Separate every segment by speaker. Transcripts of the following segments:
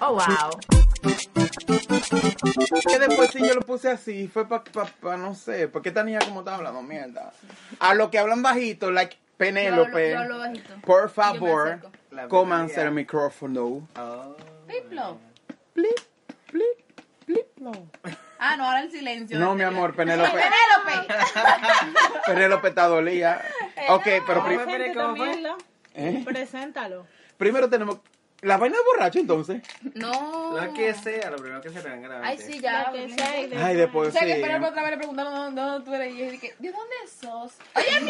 Speaker 1: Oh, wow.
Speaker 2: Que después sí yo lo puse así, fue para, pa, pa- no sé, porque esta niña como está hablando mierda. A lo que hablan bajito, like Penélope,
Speaker 1: Yo hablo- yo hablo bajito.
Speaker 2: por
Speaker 1: Yo me
Speaker 2: favor,
Speaker 1: acerco.
Speaker 3: La
Speaker 2: cómanse
Speaker 3: verdad.
Speaker 2: el micrófono.
Speaker 3: Oh.
Speaker 1: Piplo.
Speaker 2: Plip, plip, plip, no.
Speaker 1: Ah, no, ahora el silencio.
Speaker 2: No, mi amor, Penélope.
Speaker 1: Penélope.
Speaker 2: Penélope está dolida. Ok, pero pri-
Speaker 3: Pero,
Speaker 4: Presente
Speaker 3: ¿cómo fue?
Speaker 4: también, ¿no?
Speaker 2: ¿eh?
Speaker 4: Preséntalo.
Speaker 2: primero tenemos... La vaina de borracho entonces.
Speaker 1: No.
Speaker 3: Lo que sea, lo primero que se venga a la
Speaker 1: Ay,
Speaker 3: mente.
Speaker 1: sí,
Speaker 4: La
Speaker 1: ya.
Speaker 4: que sea y
Speaker 1: O
Speaker 2: Ay, después
Speaker 1: sea, que
Speaker 2: sí.
Speaker 1: Penélope otra vez le preguntaron dónde, dónde tú eres y yo dije, ¿de dónde sos? Oye,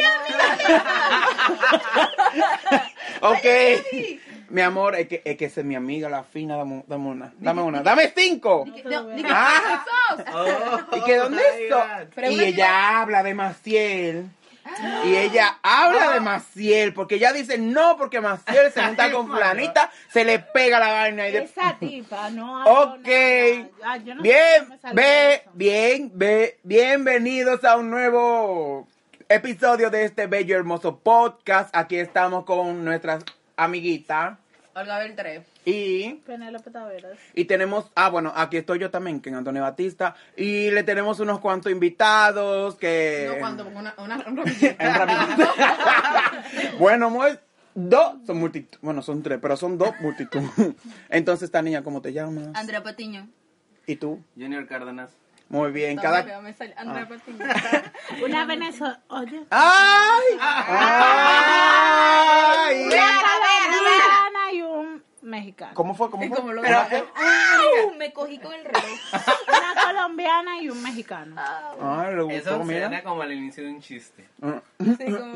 Speaker 1: mi
Speaker 2: Ok. Mi amor, es que, es que esa es mi amiga, la fina. Dame, dame una. Dame una. ¡Dame cinco!
Speaker 1: No, dije,
Speaker 2: Ah.
Speaker 1: ¿de dónde sos?
Speaker 3: Oh,
Speaker 2: ¿Y que dónde
Speaker 3: my
Speaker 2: esto?
Speaker 3: God.
Speaker 1: Pero
Speaker 2: Y
Speaker 1: una
Speaker 2: ella habla de Maciel.
Speaker 4: Ah.
Speaker 2: Y ella habla de Maciel. Porque ella dice no, porque Maciel se junta con Fulanita, se le pega la vaina. Y de-
Speaker 4: Esa tipa, no habló
Speaker 2: Ok.
Speaker 4: nada. Ah, yo no sé cómo me
Speaker 2: Bien,
Speaker 4: salió
Speaker 2: ve,
Speaker 4: eso.
Speaker 2: bien, ve, bienvenidos a un nuevo episodio de este bello hermoso podcast. Aquí estamos con nuestras amiguitas.
Speaker 1: Olga Beltré.
Speaker 2: Y,
Speaker 4: Penélope Taveras.
Speaker 2: y tenemos, ah, bueno, aquí estoy yo también, que es Antonio Batista. Y le tenemos unos cuantos invitados que.
Speaker 1: No, cuando una, una, un
Speaker 2: En ramillete. bueno, mu- dos son multitud. Bueno, son tres, pero son dos multitud. Entonces, esta niña, ¿cómo te llamas?
Speaker 1: Andrea Patiño.
Speaker 2: ¿Y tú?
Speaker 3: Junior Cárdenas.
Speaker 2: Muy bien,
Speaker 1: No, no,
Speaker 2: cada. Ah.
Speaker 1: me sale Andrea Patiño.
Speaker 4: Una venezolana. Oye.
Speaker 2: ¡Ay! ¡Ay!
Speaker 4: Una
Speaker 1: a ver, a ver.
Speaker 4: venezolana y un mexicano.
Speaker 2: ¿Cómo fue? ¿Cómo fue?
Speaker 1: Como lo
Speaker 2: Pero- eh,
Speaker 1: dije.
Speaker 5: ¡Au! Me cogí con el reloj.
Speaker 4: Una colombiana y un mexicano.
Speaker 2: Ay, le gustó,
Speaker 3: Eso
Speaker 2: mira.
Speaker 3: suena como al inicio de un chiste.
Speaker 1: como-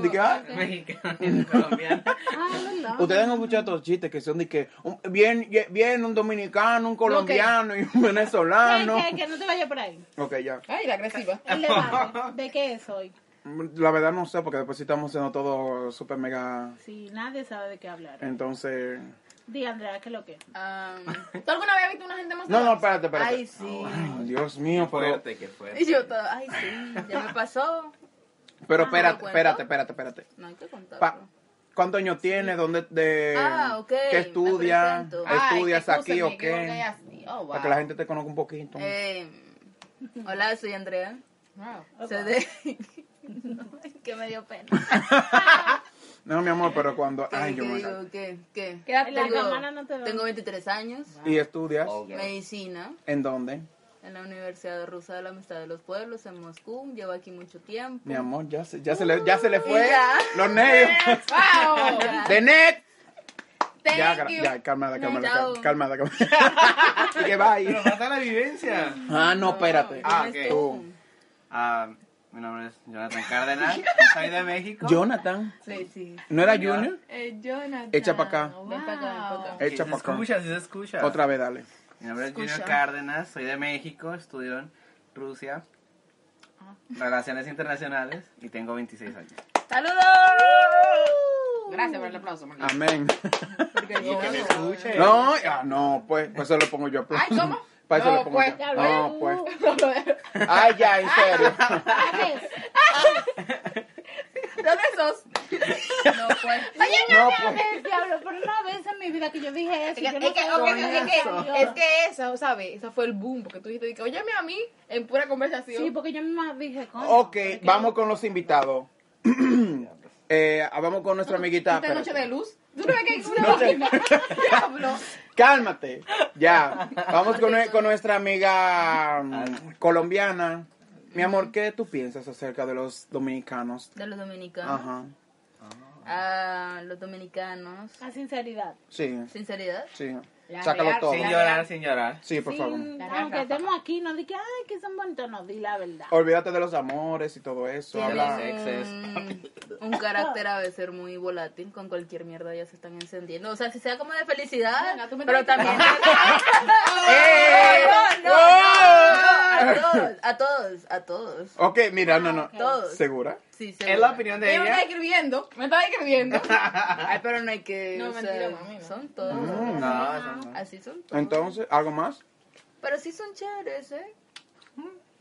Speaker 2: De que, ah,
Speaker 3: Mexicano, colombiano.
Speaker 2: Ustedes han escuchado estos chistes que son de que un- bien, bien un dominicano, un colombiano y un venezolano.
Speaker 4: Que, que, que no te vayas por ahí.
Speaker 2: Ok, ya.
Speaker 1: Ay, la agresiva.
Speaker 4: El debate. ¿De qué es hoy?
Speaker 2: La verdad no sé, porque después sí estamos haciendo todo super mega.
Speaker 4: Si nadie sabe de qué hablar.
Speaker 2: Entonces.
Speaker 4: Di, Andrea, ¿qué es lo que? es?
Speaker 1: Am,
Speaker 2: Ah.
Speaker 1: ¿Tú alguna vez has visto una gente más
Speaker 2: No, no, espérate, espérate.
Speaker 1: Ay, sí.
Speaker 2: Ay, Dios mío, pero.
Speaker 3: Fuerte, que fuerte.
Speaker 1: Y yo todo, ay, sí, ya me pasó.
Speaker 2: Pero
Speaker 1: Ah, ¿me lo
Speaker 2: espérate,
Speaker 1: cuento?
Speaker 2: espérate, espérate, espérate.
Speaker 1: No hay que contar.
Speaker 2: Pa- ¿Cuántos años tienes? ¿Dónde de
Speaker 1: Ah, ok.
Speaker 2: ¿Qué
Speaker 1: me
Speaker 2: estudias?
Speaker 1: presento. Ay,
Speaker 2: ¿Estudias aquí
Speaker 1: excúsenme,
Speaker 2: o
Speaker 1: que volví
Speaker 2: qué?
Speaker 1: así. Oh, wow.
Speaker 2: Para que la gente te conozca un poquito.
Speaker 1: Eh, hola, soy Andrea. Se de... que me dio pena.
Speaker 2: No, mi amor, pero cuando. Ay,
Speaker 1: ¿Qué
Speaker 2: yo me
Speaker 1: digo?
Speaker 2: cago.
Speaker 1: ¿Qué? ¿Qué?
Speaker 4: ¿Qué edad Las tengo? hermanas no te ven.
Speaker 1: tengo 23 años,
Speaker 2: ¿Y estudias?
Speaker 3: Oh, God.
Speaker 1: medicina
Speaker 2: ¿En dónde?
Speaker 1: en la Universidad Rusa de la Amistad de los Pueblos en Moscú. Llevo aquí mucho tiempo.
Speaker 2: Mi amor, ya se, ya se, le, ya se le fue
Speaker 1: Uh. ya.
Speaker 2: los nervios.
Speaker 1: ¡Wow!
Speaker 2: ¡De net!
Speaker 1: Thank
Speaker 2: Ya, gra-
Speaker 1: you.
Speaker 2: ya, calmada, calmada,
Speaker 1: Chao.
Speaker 2: calmada, calmada. calmada. Así que bye.
Speaker 3: Pero falta la vivencia.
Speaker 2: Ah, no, espérate.
Speaker 3: Ah,
Speaker 1: Dime
Speaker 3: ok.
Speaker 1: tú.
Speaker 3: Ah, mi nombre es Jonathan Cárdenas. Soy de México.
Speaker 2: Jonathan.
Speaker 1: Sí, sí.
Speaker 2: ¿No era Junior?
Speaker 1: Eh, Jonathan.
Speaker 2: Echa pa' acá. Eh.
Speaker 1: Ven pa' acá, ven pa' acá.
Speaker 3: Sí,
Speaker 2: Echa
Speaker 3: se
Speaker 2: pa' acá.
Speaker 3: escucha, sí se escucha.
Speaker 2: Otra vez, dale.
Speaker 3: Mi nombre es Junior
Speaker 1: Escucha.
Speaker 3: Cárdenas, soy de México, estudio en Rusia,
Speaker 1: Ah.
Speaker 3: Relaciones Internacionales y tengo 26 años.
Speaker 1: ¡Saludos! Gracias por el aplauso, Marlene.
Speaker 2: Amén.
Speaker 1: Ah.
Speaker 2: Ah.
Speaker 1: Porque yo-
Speaker 3: escuche.
Speaker 2: No, ah, no, pues, pues eso le pongo yo.
Speaker 1: Ay, ¿cómo?
Speaker 2: Para eso
Speaker 1: No,
Speaker 2: le pongo
Speaker 1: pues,
Speaker 2: yo.
Speaker 4: ya
Speaker 2: No,
Speaker 4: luego.
Speaker 2: pues. Ay, ya, en serio.
Speaker 1: Ah,
Speaker 4: ¿A Ah, qué es?
Speaker 1: ¿Dónde sos? No, pues.
Speaker 4: Oye,
Speaker 2: No,
Speaker 4: no,
Speaker 2: pues.
Speaker 4: el diablo, pero una vez en mi vida que yo dije eso.
Speaker 1: Es que,
Speaker 4: yo no
Speaker 1: es que,
Speaker 4: sabía
Speaker 1: ok, es que-
Speaker 4: eso.
Speaker 1: es que esa, ¿sabes? Esa fue el boom, porque tú dijiste, dije, óyeme a mí en pura conversación.
Speaker 4: Sí, porque yo misma dije, coño.
Speaker 2: Ok,
Speaker 4: porque-
Speaker 2: vamos con los invitados. eh, vamos con nuestra amiguita.
Speaker 1: Esta noche de
Speaker 2: espérate.
Speaker 1: luz. ¿Tú no ves que hay una
Speaker 2: Noche-
Speaker 1: máquina? Diablo.
Speaker 2: Cálmate. Ya. Vamos con, nue- con nuestra amiga mm, colombiana. Mi amor, ¿qué tú piensas acerca de los dominicanos?
Speaker 1: De los dominicanos.
Speaker 2: Ajá.
Speaker 1: Ah, los dominicanos.
Speaker 4: La sinceridad.
Speaker 2: Sí,
Speaker 1: Sinceridad.
Speaker 2: sí.
Speaker 4: La
Speaker 2: Sácalo
Speaker 4: real-
Speaker 2: todo.
Speaker 3: Sin llorar, sin llorar.
Speaker 2: Sí, por
Speaker 4: Sin-
Speaker 2: favor.
Speaker 4: aunque estemos aquí, no di que, ay, que son bonitos, no di la verdad.
Speaker 2: Olvídate de los amores y todo eso.
Speaker 1: Tienen
Speaker 2: Habla.
Speaker 3: sí. exes.
Speaker 1: un, un carácter a veces muy volátil, con cualquier mierda ya se están encendiendo. O sea, si sea como de felicidad,
Speaker 4: Venga, tú me traes-
Speaker 1: pero también...
Speaker 2: ¡Eh!
Speaker 1: No, no, no, no, a todos, a todos, a todos.
Speaker 2: Ok, mira, no, no.
Speaker 1: ok. Todos.
Speaker 2: ¿Segura?
Speaker 1: Sí,
Speaker 3: Es la opinión de ella.
Speaker 1: escribiendo, me está escribiendo. Ay, pero no hay que...
Speaker 4: No,
Speaker 1: o sea,
Speaker 4: mentira, mami, no.
Speaker 1: Son todos.
Speaker 3: No, eso no.
Speaker 1: Así son todos.
Speaker 2: Entonces, ¿algo más?
Speaker 1: Pero sí son chéveres, ¿eh?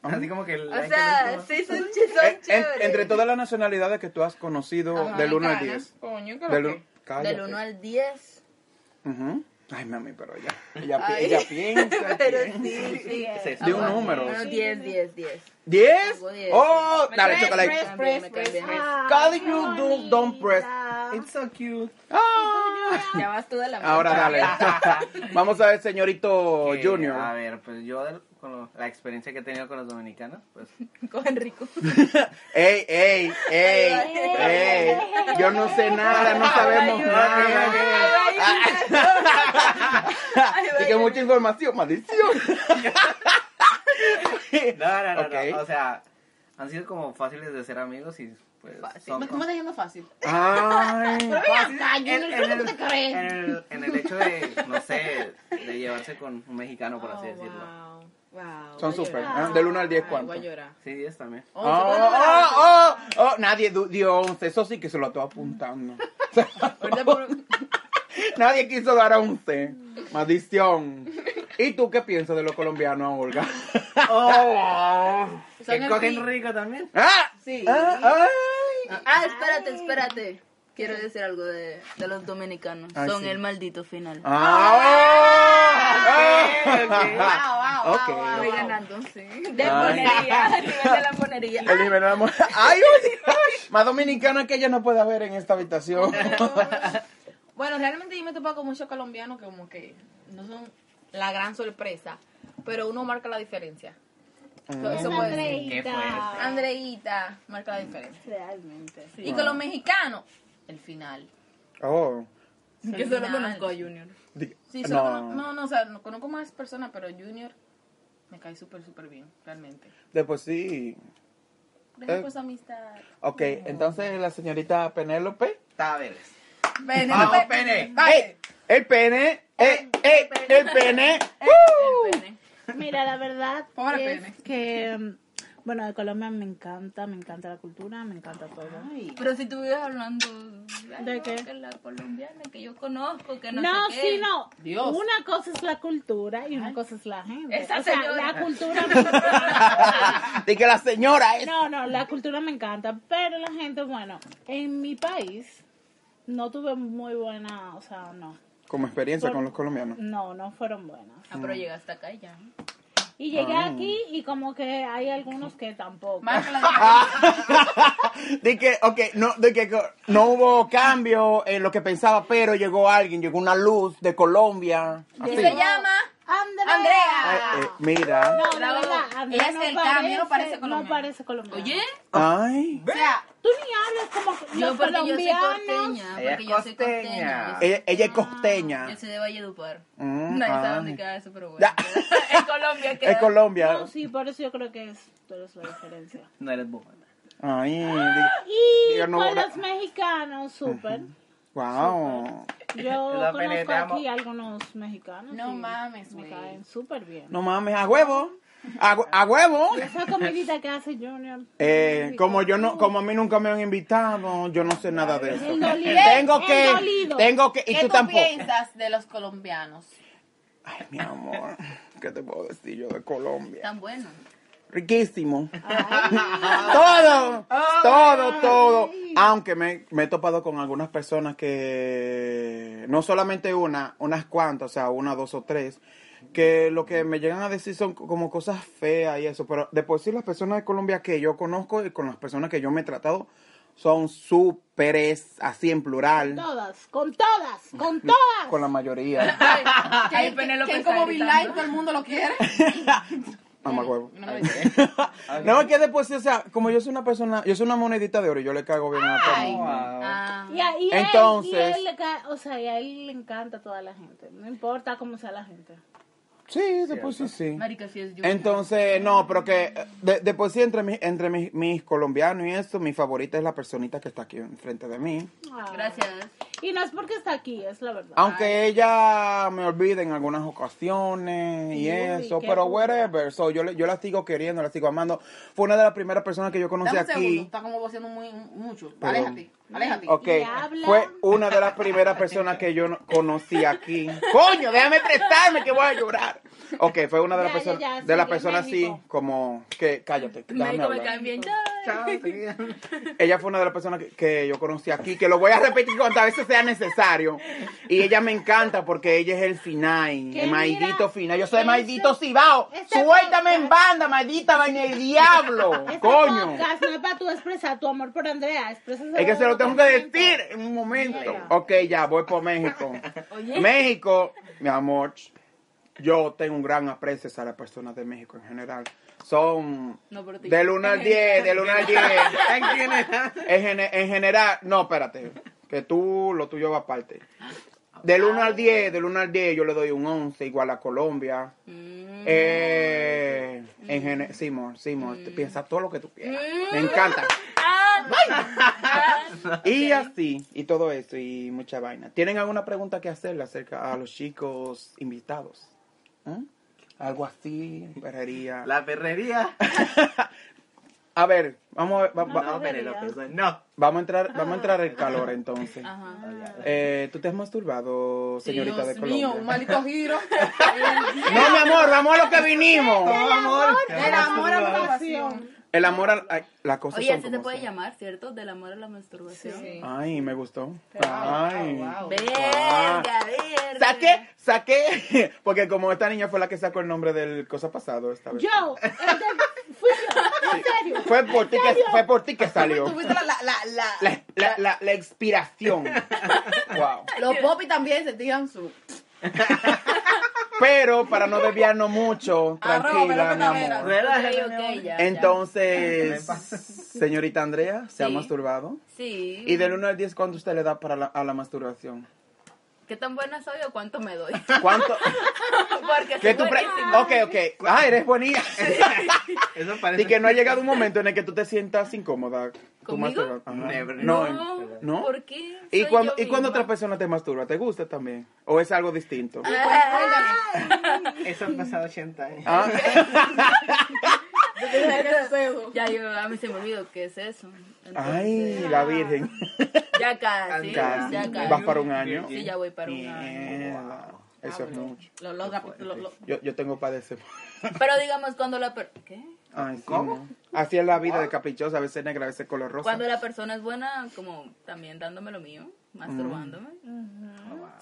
Speaker 3: Así como que...
Speaker 1: O sea, sí son, sí Ah, son
Speaker 2: En- en-
Speaker 1: chéveres.
Speaker 2: entre todas las nacionalidades que tú has conocido, del 1 al 10.
Speaker 1: Coño,
Speaker 2: Del, un-
Speaker 1: Del
Speaker 2: cállate.
Speaker 1: 1 al 10.
Speaker 2: Ujú. Ay, mami, pero ya. Ella, pi-
Speaker 1: Ay.
Speaker 2: ella piensa.
Speaker 1: Pero
Speaker 2: piensa.
Speaker 1: sí, sí.
Speaker 3: Se
Speaker 2: Ah, De un
Speaker 3: suma.
Speaker 2: número.
Speaker 1: Bueno, 10, 10, 10.
Speaker 2: ¿Diez?
Speaker 1: Hubo diez.
Speaker 2: Oh, dale,
Speaker 4: Press,
Speaker 2: chocolate.
Speaker 4: press,
Speaker 1: También me
Speaker 4: press,
Speaker 1: cambié.
Speaker 4: press.
Speaker 2: Cali, you do, don't press.
Speaker 3: It's so cute.
Speaker 2: Ah.
Speaker 1: Ya vas tú de la mano.
Speaker 2: Ahora dale. Vamos a ver, señorito
Speaker 3: Que,
Speaker 2: Junior.
Speaker 3: A ver, pues yo del- con lo- la experiencia que he tenido con los dominicanos, pues
Speaker 1: Con Enrico.
Speaker 2: Ey, ey, ey,
Speaker 1: Ay,
Speaker 2: ey. Yo no sé nada, no sabemos
Speaker 1: Ay,
Speaker 2: nada.
Speaker 1: ay, ay, ay,
Speaker 2: Así que mucha información, maldición.
Speaker 3: No, no, no,
Speaker 2: Ok.
Speaker 3: no. O sea, han sido como fáciles de ser amigos y pues.
Speaker 1: Fácil.
Speaker 3: Son
Speaker 4: ¿Cómo
Speaker 3: como-
Speaker 4: está yendo fácil?
Speaker 2: Ay.
Speaker 4: Pero mira acá,
Speaker 3: en-
Speaker 4: Junior, ¿tú
Speaker 3: en
Speaker 4: cómo te
Speaker 3: el-
Speaker 4: crees?
Speaker 3: En el, en el hecho de, no sé, de llevarse con un mexicano, por así decirlo.
Speaker 5: Wow. Wow.
Speaker 2: Son
Speaker 5: Voy a
Speaker 2: súper.
Speaker 5: llorar.
Speaker 2: ¿eh? Del 1 al 10,
Speaker 5: Ay,
Speaker 2: ¿cuánto?
Speaker 5: Voy a llorar.
Speaker 3: Sí, 10 también.
Speaker 2: Oh, oh, oh, oh, nadie du- dio 11. Eso sí que se lo estoy apuntando.
Speaker 1: Ahorita por-
Speaker 2: Nadie quiso dar 11. Maldición. ¿Y tú qué piensas de los colombianos, Olga?
Speaker 3: Oh,
Speaker 1: Son
Speaker 3: Que
Speaker 1: el
Speaker 3: cogen
Speaker 1: fin.
Speaker 3: rico también.
Speaker 2: ¡Ah!
Speaker 1: Sí.
Speaker 2: ¡Ah! ¡Ay!
Speaker 1: Ah, espérate, espérate. Quiero decir algo de, de los dominicanos.
Speaker 2: Ay,
Speaker 1: Son
Speaker 2: sí.
Speaker 1: el maldito final.
Speaker 2: ¡Ah!
Speaker 4: Wow, wow,
Speaker 2: Ok.
Speaker 4: wow,
Speaker 1: Voy
Speaker 4: wow.
Speaker 1: ganando, sí. De
Speaker 2: Ay.
Speaker 1: monería, a nivel de la monería.
Speaker 2: El nivel de amor. ¡Ay, oye! Más dominicana que ella no puede haber en esta habitación.
Speaker 5: Bueno, realmente yo me he topado con muchos colombianos que como que no son la gran sorpresa, pero uno marca la diferencia. Eso
Speaker 4: Es
Speaker 5: puede ser.
Speaker 3: Qué fuerte.
Speaker 5: Andreita marca la diferencia.
Speaker 4: Realmente.
Speaker 5: Y con los mexicanos, Mm. Ah. el final.
Speaker 2: Oh.
Speaker 1: Que solo conozco a Junior.
Speaker 2: Di-
Speaker 5: Sí, solo cono- no.
Speaker 2: No.
Speaker 5: no, o sea, no conozco más personas, pero Junior me cae súper, súper bien, realmente.
Speaker 2: Después sí.
Speaker 5: Gracias
Speaker 2: Eh.
Speaker 5: por su pues amistad.
Speaker 2: Ok, entonces la señorita Penélope.
Speaker 3: Táveres.
Speaker 5: Ven,
Speaker 3: ¡Vamos, pene!
Speaker 2: ¡Ey! ¡El pene! ¡Ey! ¡Ey! ¡El pene! ¡Uh!
Speaker 4: Mira, la verdad
Speaker 5: Pobre pene.
Speaker 4: es que, mm, bueno, de Colombia me encanta, me encanta la cultura, me encanta todo.
Speaker 1: Pero si tú vives hablando
Speaker 4: ¿De
Speaker 1: no,
Speaker 4: qué?
Speaker 1: que la colombiana que yo conozco, que no,
Speaker 4: No,
Speaker 1: sé qué.
Speaker 4: sí, no.
Speaker 5: Dios.
Speaker 4: Una cosa es la cultura y una cosa es la gente.
Speaker 1: Esa
Speaker 4: o sea,
Speaker 1: señora.
Speaker 4: la cultura me
Speaker 2: De que la señora es.
Speaker 4: No, no, la cultura me encanta, pero la gente, bueno, en mi país no tuve muy buena, o sea, no,
Speaker 2: Como experiencia con los colombianos.
Speaker 4: no, no fueron buenas.
Speaker 1: Ah, pero llegaste acá y ya.
Speaker 2: Ah.
Speaker 4: Y llegué aquí y como que hay algunos que tampoco.
Speaker 5: Marca la diferencia.
Speaker 2: De que, ok, no, de que no hubo cambio en lo que pensaba, pero llegó alguien, llegó una luz de Colombia. Así.
Speaker 1: Se llama
Speaker 4: Andrea.
Speaker 2: Ay, eh,
Speaker 4: No,
Speaker 2: mira.
Speaker 4: no, la verdad, Andrea
Speaker 5: Ella es el
Speaker 4: no
Speaker 5: cambio, no parece
Speaker 4: no
Speaker 5: colombiana.
Speaker 4: parece colombiana.
Speaker 1: Oye,
Speaker 2: Ay.
Speaker 5: O sea,
Speaker 4: tú ni hablas como
Speaker 1: yo
Speaker 4: los
Speaker 1: porque yo soy
Speaker 4: colombianos.
Speaker 1: costeña,
Speaker 3: Ella
Speaker 1: porque
Speaker 3: es
Speaker 1: yo soy costeña.
Speaker 3: costeña.
Speaker 2: Ella, ella es costeña.
Speaker 1: Yo soy de Valledupar.
Speaker 2: Mm,
Speaker 1: Nadie sabe
Speaker 2: ah.
Speaker 1: dónde queda eso, pero bueno.
Speaker 2: Ya.
Speaker 1: en Colombia queda.
Speaker 2: Es Colombia.
Speaker 4: No, sí, por eso yo creo que es, tú eres la diferencia.
Speaker 3: No eres boba.
Speaker 2: Ay. de-
Speaker 4: Ah, Y
Speaker 2: Diga, no,
Speaker 4: con
Speaker 2: no.
Speaker 4: los mexicanos, súper.
Speaker 2: wow.
Speaker 4: Yo
Speaker 3: La pelea,
Speaker 4: conozco
Speaker 3: te amo.
Speaker 4: aquí algunos mexicanos.
Speaker 5: No
Speaker 4: y
Speaker 5: mames,
Speaker 4: Me
Speaker 5: güey.
Speaker 4: caen súper bien.
Speaker 2: No mames, a huevo. A, hue- a huevo.
Speaker 4: Esa comidita que hace Junior.
Speaker 2: Eh, como yo no, como a mí nunca me han invitado, yo no sé nada de eso.
Speaker 4: El dolido.
Speaker 2: Tengo
Speaker 4: El
Speaker 2: que,
Speaker 4: dolido.
Speaker 2: tengo que, y
Speaker 5: ¿qué
Speaker 2: tú
Speaker 5: tú
Speaker 2: tampoco.
Speaker 5: piensas de los colombianos?
Speaker 2: Ay, mi amor, ¿qué te puedo decir yo de Colombia?
Speaker 1: Tan bueno.
Speaker 2: Riquísimo. todo, todo, todo. Aunque me, me he topado con algunas personas que, no solamente una, unas cuantas, o sea, una, dos o tres, que lo que me llegan a decir son co- como cosas feas y eso, pero después sí las personas de Colombia que yo conozco y con las personas que yo me he tratado son súperes, así en plural,
Speaker 4: Todas, con todas, con todas.
Speaker 2: con la mayoría.
Speaker 1: Ahí
Speaker 5: Que-
Speaker 1: Penélope
Speaker 5: que
Speaker 1: está
Speaker 5: como Bill
Speaker 1: gritando.
Speaker 5: Light todo el mundo lo quiere.
Speaker 2: Mamá huevo.
Speaker 5: No me
Speaker 2: No, es que después, o sea, como yo soy una persona, yo soy una monedita de oro y yo le cago bien a todo el mundo.
Speaker 1: Ah,
Speaker 4: Y a, y a él-
Speaker 2: Entonces-
Speaker 4: y a él le ca- o sea, y a él le encanta a toda la gente. No importa cómo sea la gente.
Speaker 2: Sí, después sí, sí.
Speaker 1: marica, sí es Junior.
Speaker 2: Eh. Entonces, no, pero que eh, de, de por sí entre, mis, entre mis, mis colombianos y eso, mi favorita es la personita que está aquí enfrente de mí.
Speaker 4: Ah.
Speaker 1: Gracias.
Speaker 4: Y no es porque está aquí, es la verdad.
Speaker 2: Aunque ella me olvida en algunas ocasiones y
Speaker 4: Uy,
Speaker 2: eso,
Speaker 4: qué
Speaker 2: pero
Speaker 4: duro.
Speaker 2: whatever. So, yo, le- yo la sigo queriendo, la sigo amando. Fue una de las primeras personas que yo conocí
Speaker 5: Dame un segundo,
Speaker 2: aquí.
Speaker 5: está como voceando muy mucho.
Speaker 2: Perdón.
Speaker 5: Aléjate, aléjate.
Speaker 2: Ok,
Speaker 4: Y habla.
Speaker 2: fue una de las primeras personas que yo no- conocí aquí. Coño, déjame prestarme que voy a llorar. hablar. Ok, fue una de las
Speaker 4: Ya, ya, ya,
Speaker 2: personas,
Speaker 4: sí,
Speaker 2: de las
Speaker 4: de
Speaker 2: personas así,
Speaker 4: México.
Speaker 2: como que cállate, déjame
Speaker 1: México me
Speaker 2: hablar.
Speaker 1: caen bien.
Speaker 3: Chao, te quedas.
Speaker 2: Ella fue una de las personas que, que yo conocí aquí, que lo voy a repetir cuantas veces sea necesario. Y ella me encanta porque ella es el final,
Speaker 4: Que
Speaker 2: el maidito
Speaker 4: mira,
Speaker 2: final. Yo soy
Speaker 4: eso-
Speaker 2: maidito cibao.
Speaker 4: este
Speaker 2: Suéltame en
Speaker 4: podcast-
Speaker 2: banda, maidita, vaina el diablo.
Speaker 4: Este
Speaker 2: Coño.
Speaker 4: podcast no es para tú expresar tu amor por Andrea, expresas
Speaker 2: Es que se lo tengo que decir en un momento.
Speaker 4: Mira.
Speaker 2: Ok, ya, voy por México.
Speaker 1: Oye.
Speaker 2: México, mi amor, yo tengo un gran aprecio a las personas de México en general. Son
Speaker 1: No, pero te-
Speaker 2: del 1 al 10, del 1 al 10.
Speaker 3: ¿En quién era?
Speaker 2: En, gene- en general, no, espérate, que tú, lo tuyo va aparte. Del 1 al 10, del 1 al 10 yo le doy un 11, igual a Colombia.
Speaker 1: Mm.
Speaker 2: Eh, en gene- Simón, Simón, te piensa todo lo que tú quieras. Me
Speaker 1: Mm.
Speaker 2: encanta.
Speaker 1: Ah,
Speaker 2: Y así, y todo eso, y mucha vaina. ¿Tienen alguna pregunta que hacerle acerca a los chicos invitados? ¿Mm? Algo así, perrería.
Speaker 3: La perrería.
Speaker 2: A ver, vamos, a- va- va-
Speaker 3: No, Penélope, no.
Speaker 2: vamos a entrar, vamos a entrar en calor entonces.
Speaker 1: Ajá.
Speaker 2: Eh, ¿Tú te has masturbado, señorita de
Speaker 5: Dios
Speaker 2: Colombia?
Speaker 5: mío, un maldito giro.
Speaker 2: No, mi amor, vamos a lo que vinimos.
Speaker 3: Todo amor.
Speaker 5: El amor a la pasión.
Speaker 4: pasión.
Speaker 2: El amor a ay, las cosas
Speaker 1: Oye,
Speaker 2: son
Speaker 1: así se
Speaker 2: como
Speaker 1: puede
Speaker 2: son.
Speaker 1: llamar, ¿cierto? Del amor a la masturbación.
Speaker 5: Sí.
Speaker 2: Ay, me gustó.
Speaker 1: ah,
Speaker 2: Ay. Ah.
Speaker 1: Verga, verga.
Speaker 2: Saqué, saqué, porque como esta niña fue la que sacó el nombre del cosa pasado esta vez.
Speaker 4: Yo, este, fui yo, en serio.
Speaker 2: Fue por ti que, fue por ti que salió.
Speaker 5: Tuviste la, la, la, la-
Speaker 2: La, la, la, la expiración. Wow.
Speaker 5: Los popis también sentían su.
Speaker 2: Pero para no desviarnos mucho,
Speaker 5: Arroba,
Speaker 2: tranquila,
Speaker 5: Penélope
Speaker 2: mi
Speaker 5: Tavera.
Speaker 2: amor.
Speaker 1: Ok,
Speaker 3: Relájate, mi
Speaker 1: ok,
Speaker 3: amor.
Speaker 1: ya, ya.
Speaker 2: Entonces, señorita Andrea, ¿se ha
Speaker 1: Sí.
Speaker 2: masturbado?
Speaker 1: Sí.
Speaker 2: ¿Y del 1 al 10 cuánto usted le da para la, a la masturbación?
Speaker 1: ¿Qué tan buena soy o cuánto me doy?
Speaker 2: ¿Cuánto?
Speaker 1: Porque
Speaker 2: ¿Qué
Speaker 1: soy
Speaker 2: tú pre-
Speaker 1: buenísima.
Speaker 2: Ok, ok. Ah, eres bonita.
Speaker 3: Eso parece.
Speaker 2: Y que no ha llegado un momento en el que tú te sientas incómoda. Tú
Speaker 1: ¿Conmigo?
Speaker 2: masturbas. Ajá.
Speaker 3: Never.
Speaker 2: Ah, No,
Speaker 1: No,
Speaker 2: ¿no?
Speaker 1: ¿Por qué?
Speaker 2: ¿Y
Speaker 1: Soy
Speaker 2: cuando,
Speaker 1: yo
Speaker 2: ¿Y cuando
Speaker 1: misma.
Speaker 2: otra persona te masturba? ¿Te gusta también? ¿O es algo distinto?
Speaker 1: Ah,
Speaker 3: Eso han pasado 80 años.
Speaker 2: Ah,
Speaker 1: Ya yo, a mí se me olvidó qué es eso. Entonces,
Speaker 2: Ay, la virgen.
Speaker 1: Ya casi,
Speaker 3: Casi.
Speaker 1: ya casi.
Speaker 2: Vas para un año.
Speaker 1: Sí, ya voy para un año.
Speaker 2: Mierda. Eso es mucho.
Speaker 5: Los, los, rapi- los, los-
Speaker 2: Yo, yo tengo padecer.
Speaker 1: Pero digamos, cuando la per- ¿Qué?
Speaker 2: Ay, sí,
Speaker 3: ¿Cómo?
Speaker 2: no. Así es la vida de caprichosa, a veces negra, a veces color rosa.
Speaker 1: Cuando la persona es buena, como también dándome lo mío, masturbándome.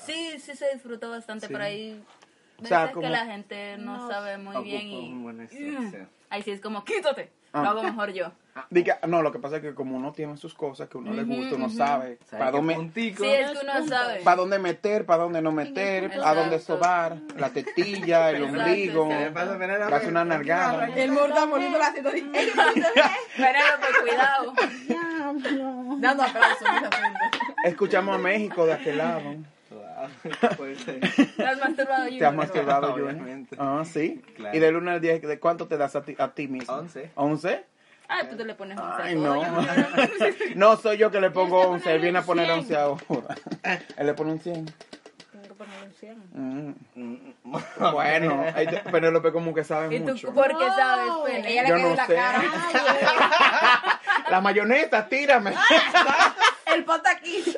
Speaker 1: Sí, sí se disfruta bastante,
Speaker 2: Mm. Sí.
Speaker 1: pero hay
Speaker 2: O
Speaker 1: veces
Speaker 2: sea, como-
Speaker 1: que la gente no, sabe muy bien
Speaker 3: Ocupa
Speaker 1: y Mm.
Speaker 3: una instrucción.
Speaker 1: ahí sí es como, quítate,
Speaker 2: Ah.
Speaker 1: lo hago mejor yo.
Speaker 2: Diga- no, lo que pasa es que como uno tiene sus cosas que uno le gusta, uno sabe
Speaker 3: O sea,
Speaker 2: para
Speaker 3: que
Speaker 2: dónde,
Speaker 3: puntico.
Speaker 1: Sí, es que uno sabe.
Speaker 2: para dónde meter, para dónde no meter, a dónde
Speaker 1: Exacto.
Speaker 2: sobar, la tetilla, el
Speaker 1: Exacto,
Speaker 2: ombligo,
Speaker 3: ¿Qué le pasa, Penélope?
Speaker 2: darse una nalgada.
Speaker 5: El mortal poniendo la sintonía. Ey,
Speaker 1: Penélope, pues, cuidado.
Speaker 4: Ya, no.
Speaker 5: Dando aplausos. mira, frente.
Speaker 2: Escuchamos a México de aquel lado.
Speaker 3: Wow, fuerte.
Speaker 1: ¿Te has masturbado,
Speaker 2: ¿Te has
Speaker 1: Junior?
Speaker 2: masturbado, Junior?
Speaker 3: Obviamente.
Speaker 2: Ah, sí.
Speaker 3: Claro.
Speaker 2: Y del 1 al 10, ¿de cuánto te das a ti, a ti mismo?
Speaker 3: Once.
Speaker 2: ¿11?
Speaker 1: Ah, tú te le pones un
Speaker 2: Ay,
Speaker 1: saco,
Speaker 2: no.
Speaker 1: Junior.
Speaker 2: No, soy yo que le pongo
Speaker 4: Tienes que
Speaker 2: 11, él viene a poner
Speaker 4: ponerle un
Speaker 2: 11 ahora. Él le pone un 100.
Speaker 4: Tengo que poner un cien.
Speaker 2: Mm.
Speaker 3: Bueno.
Speaker 2: Bueno, ahí te- Penélope como que sabe
Speaker 1: ¿Y
Speaker 2: mucho.
Speaker 1: tú por qué sabes, pues?
Speaker 5: No,
Speaker 1: Pene?
Speaker 5: Ella le
Speaker 2: Yo
Speaker 5: quedó
Speaker 2: no
Speaker 5: la
Speaker 2: sé.
Speaker 5: cara.
Speaker 2: La mayonesa, tírame.
Speaker 5: El pata aquí.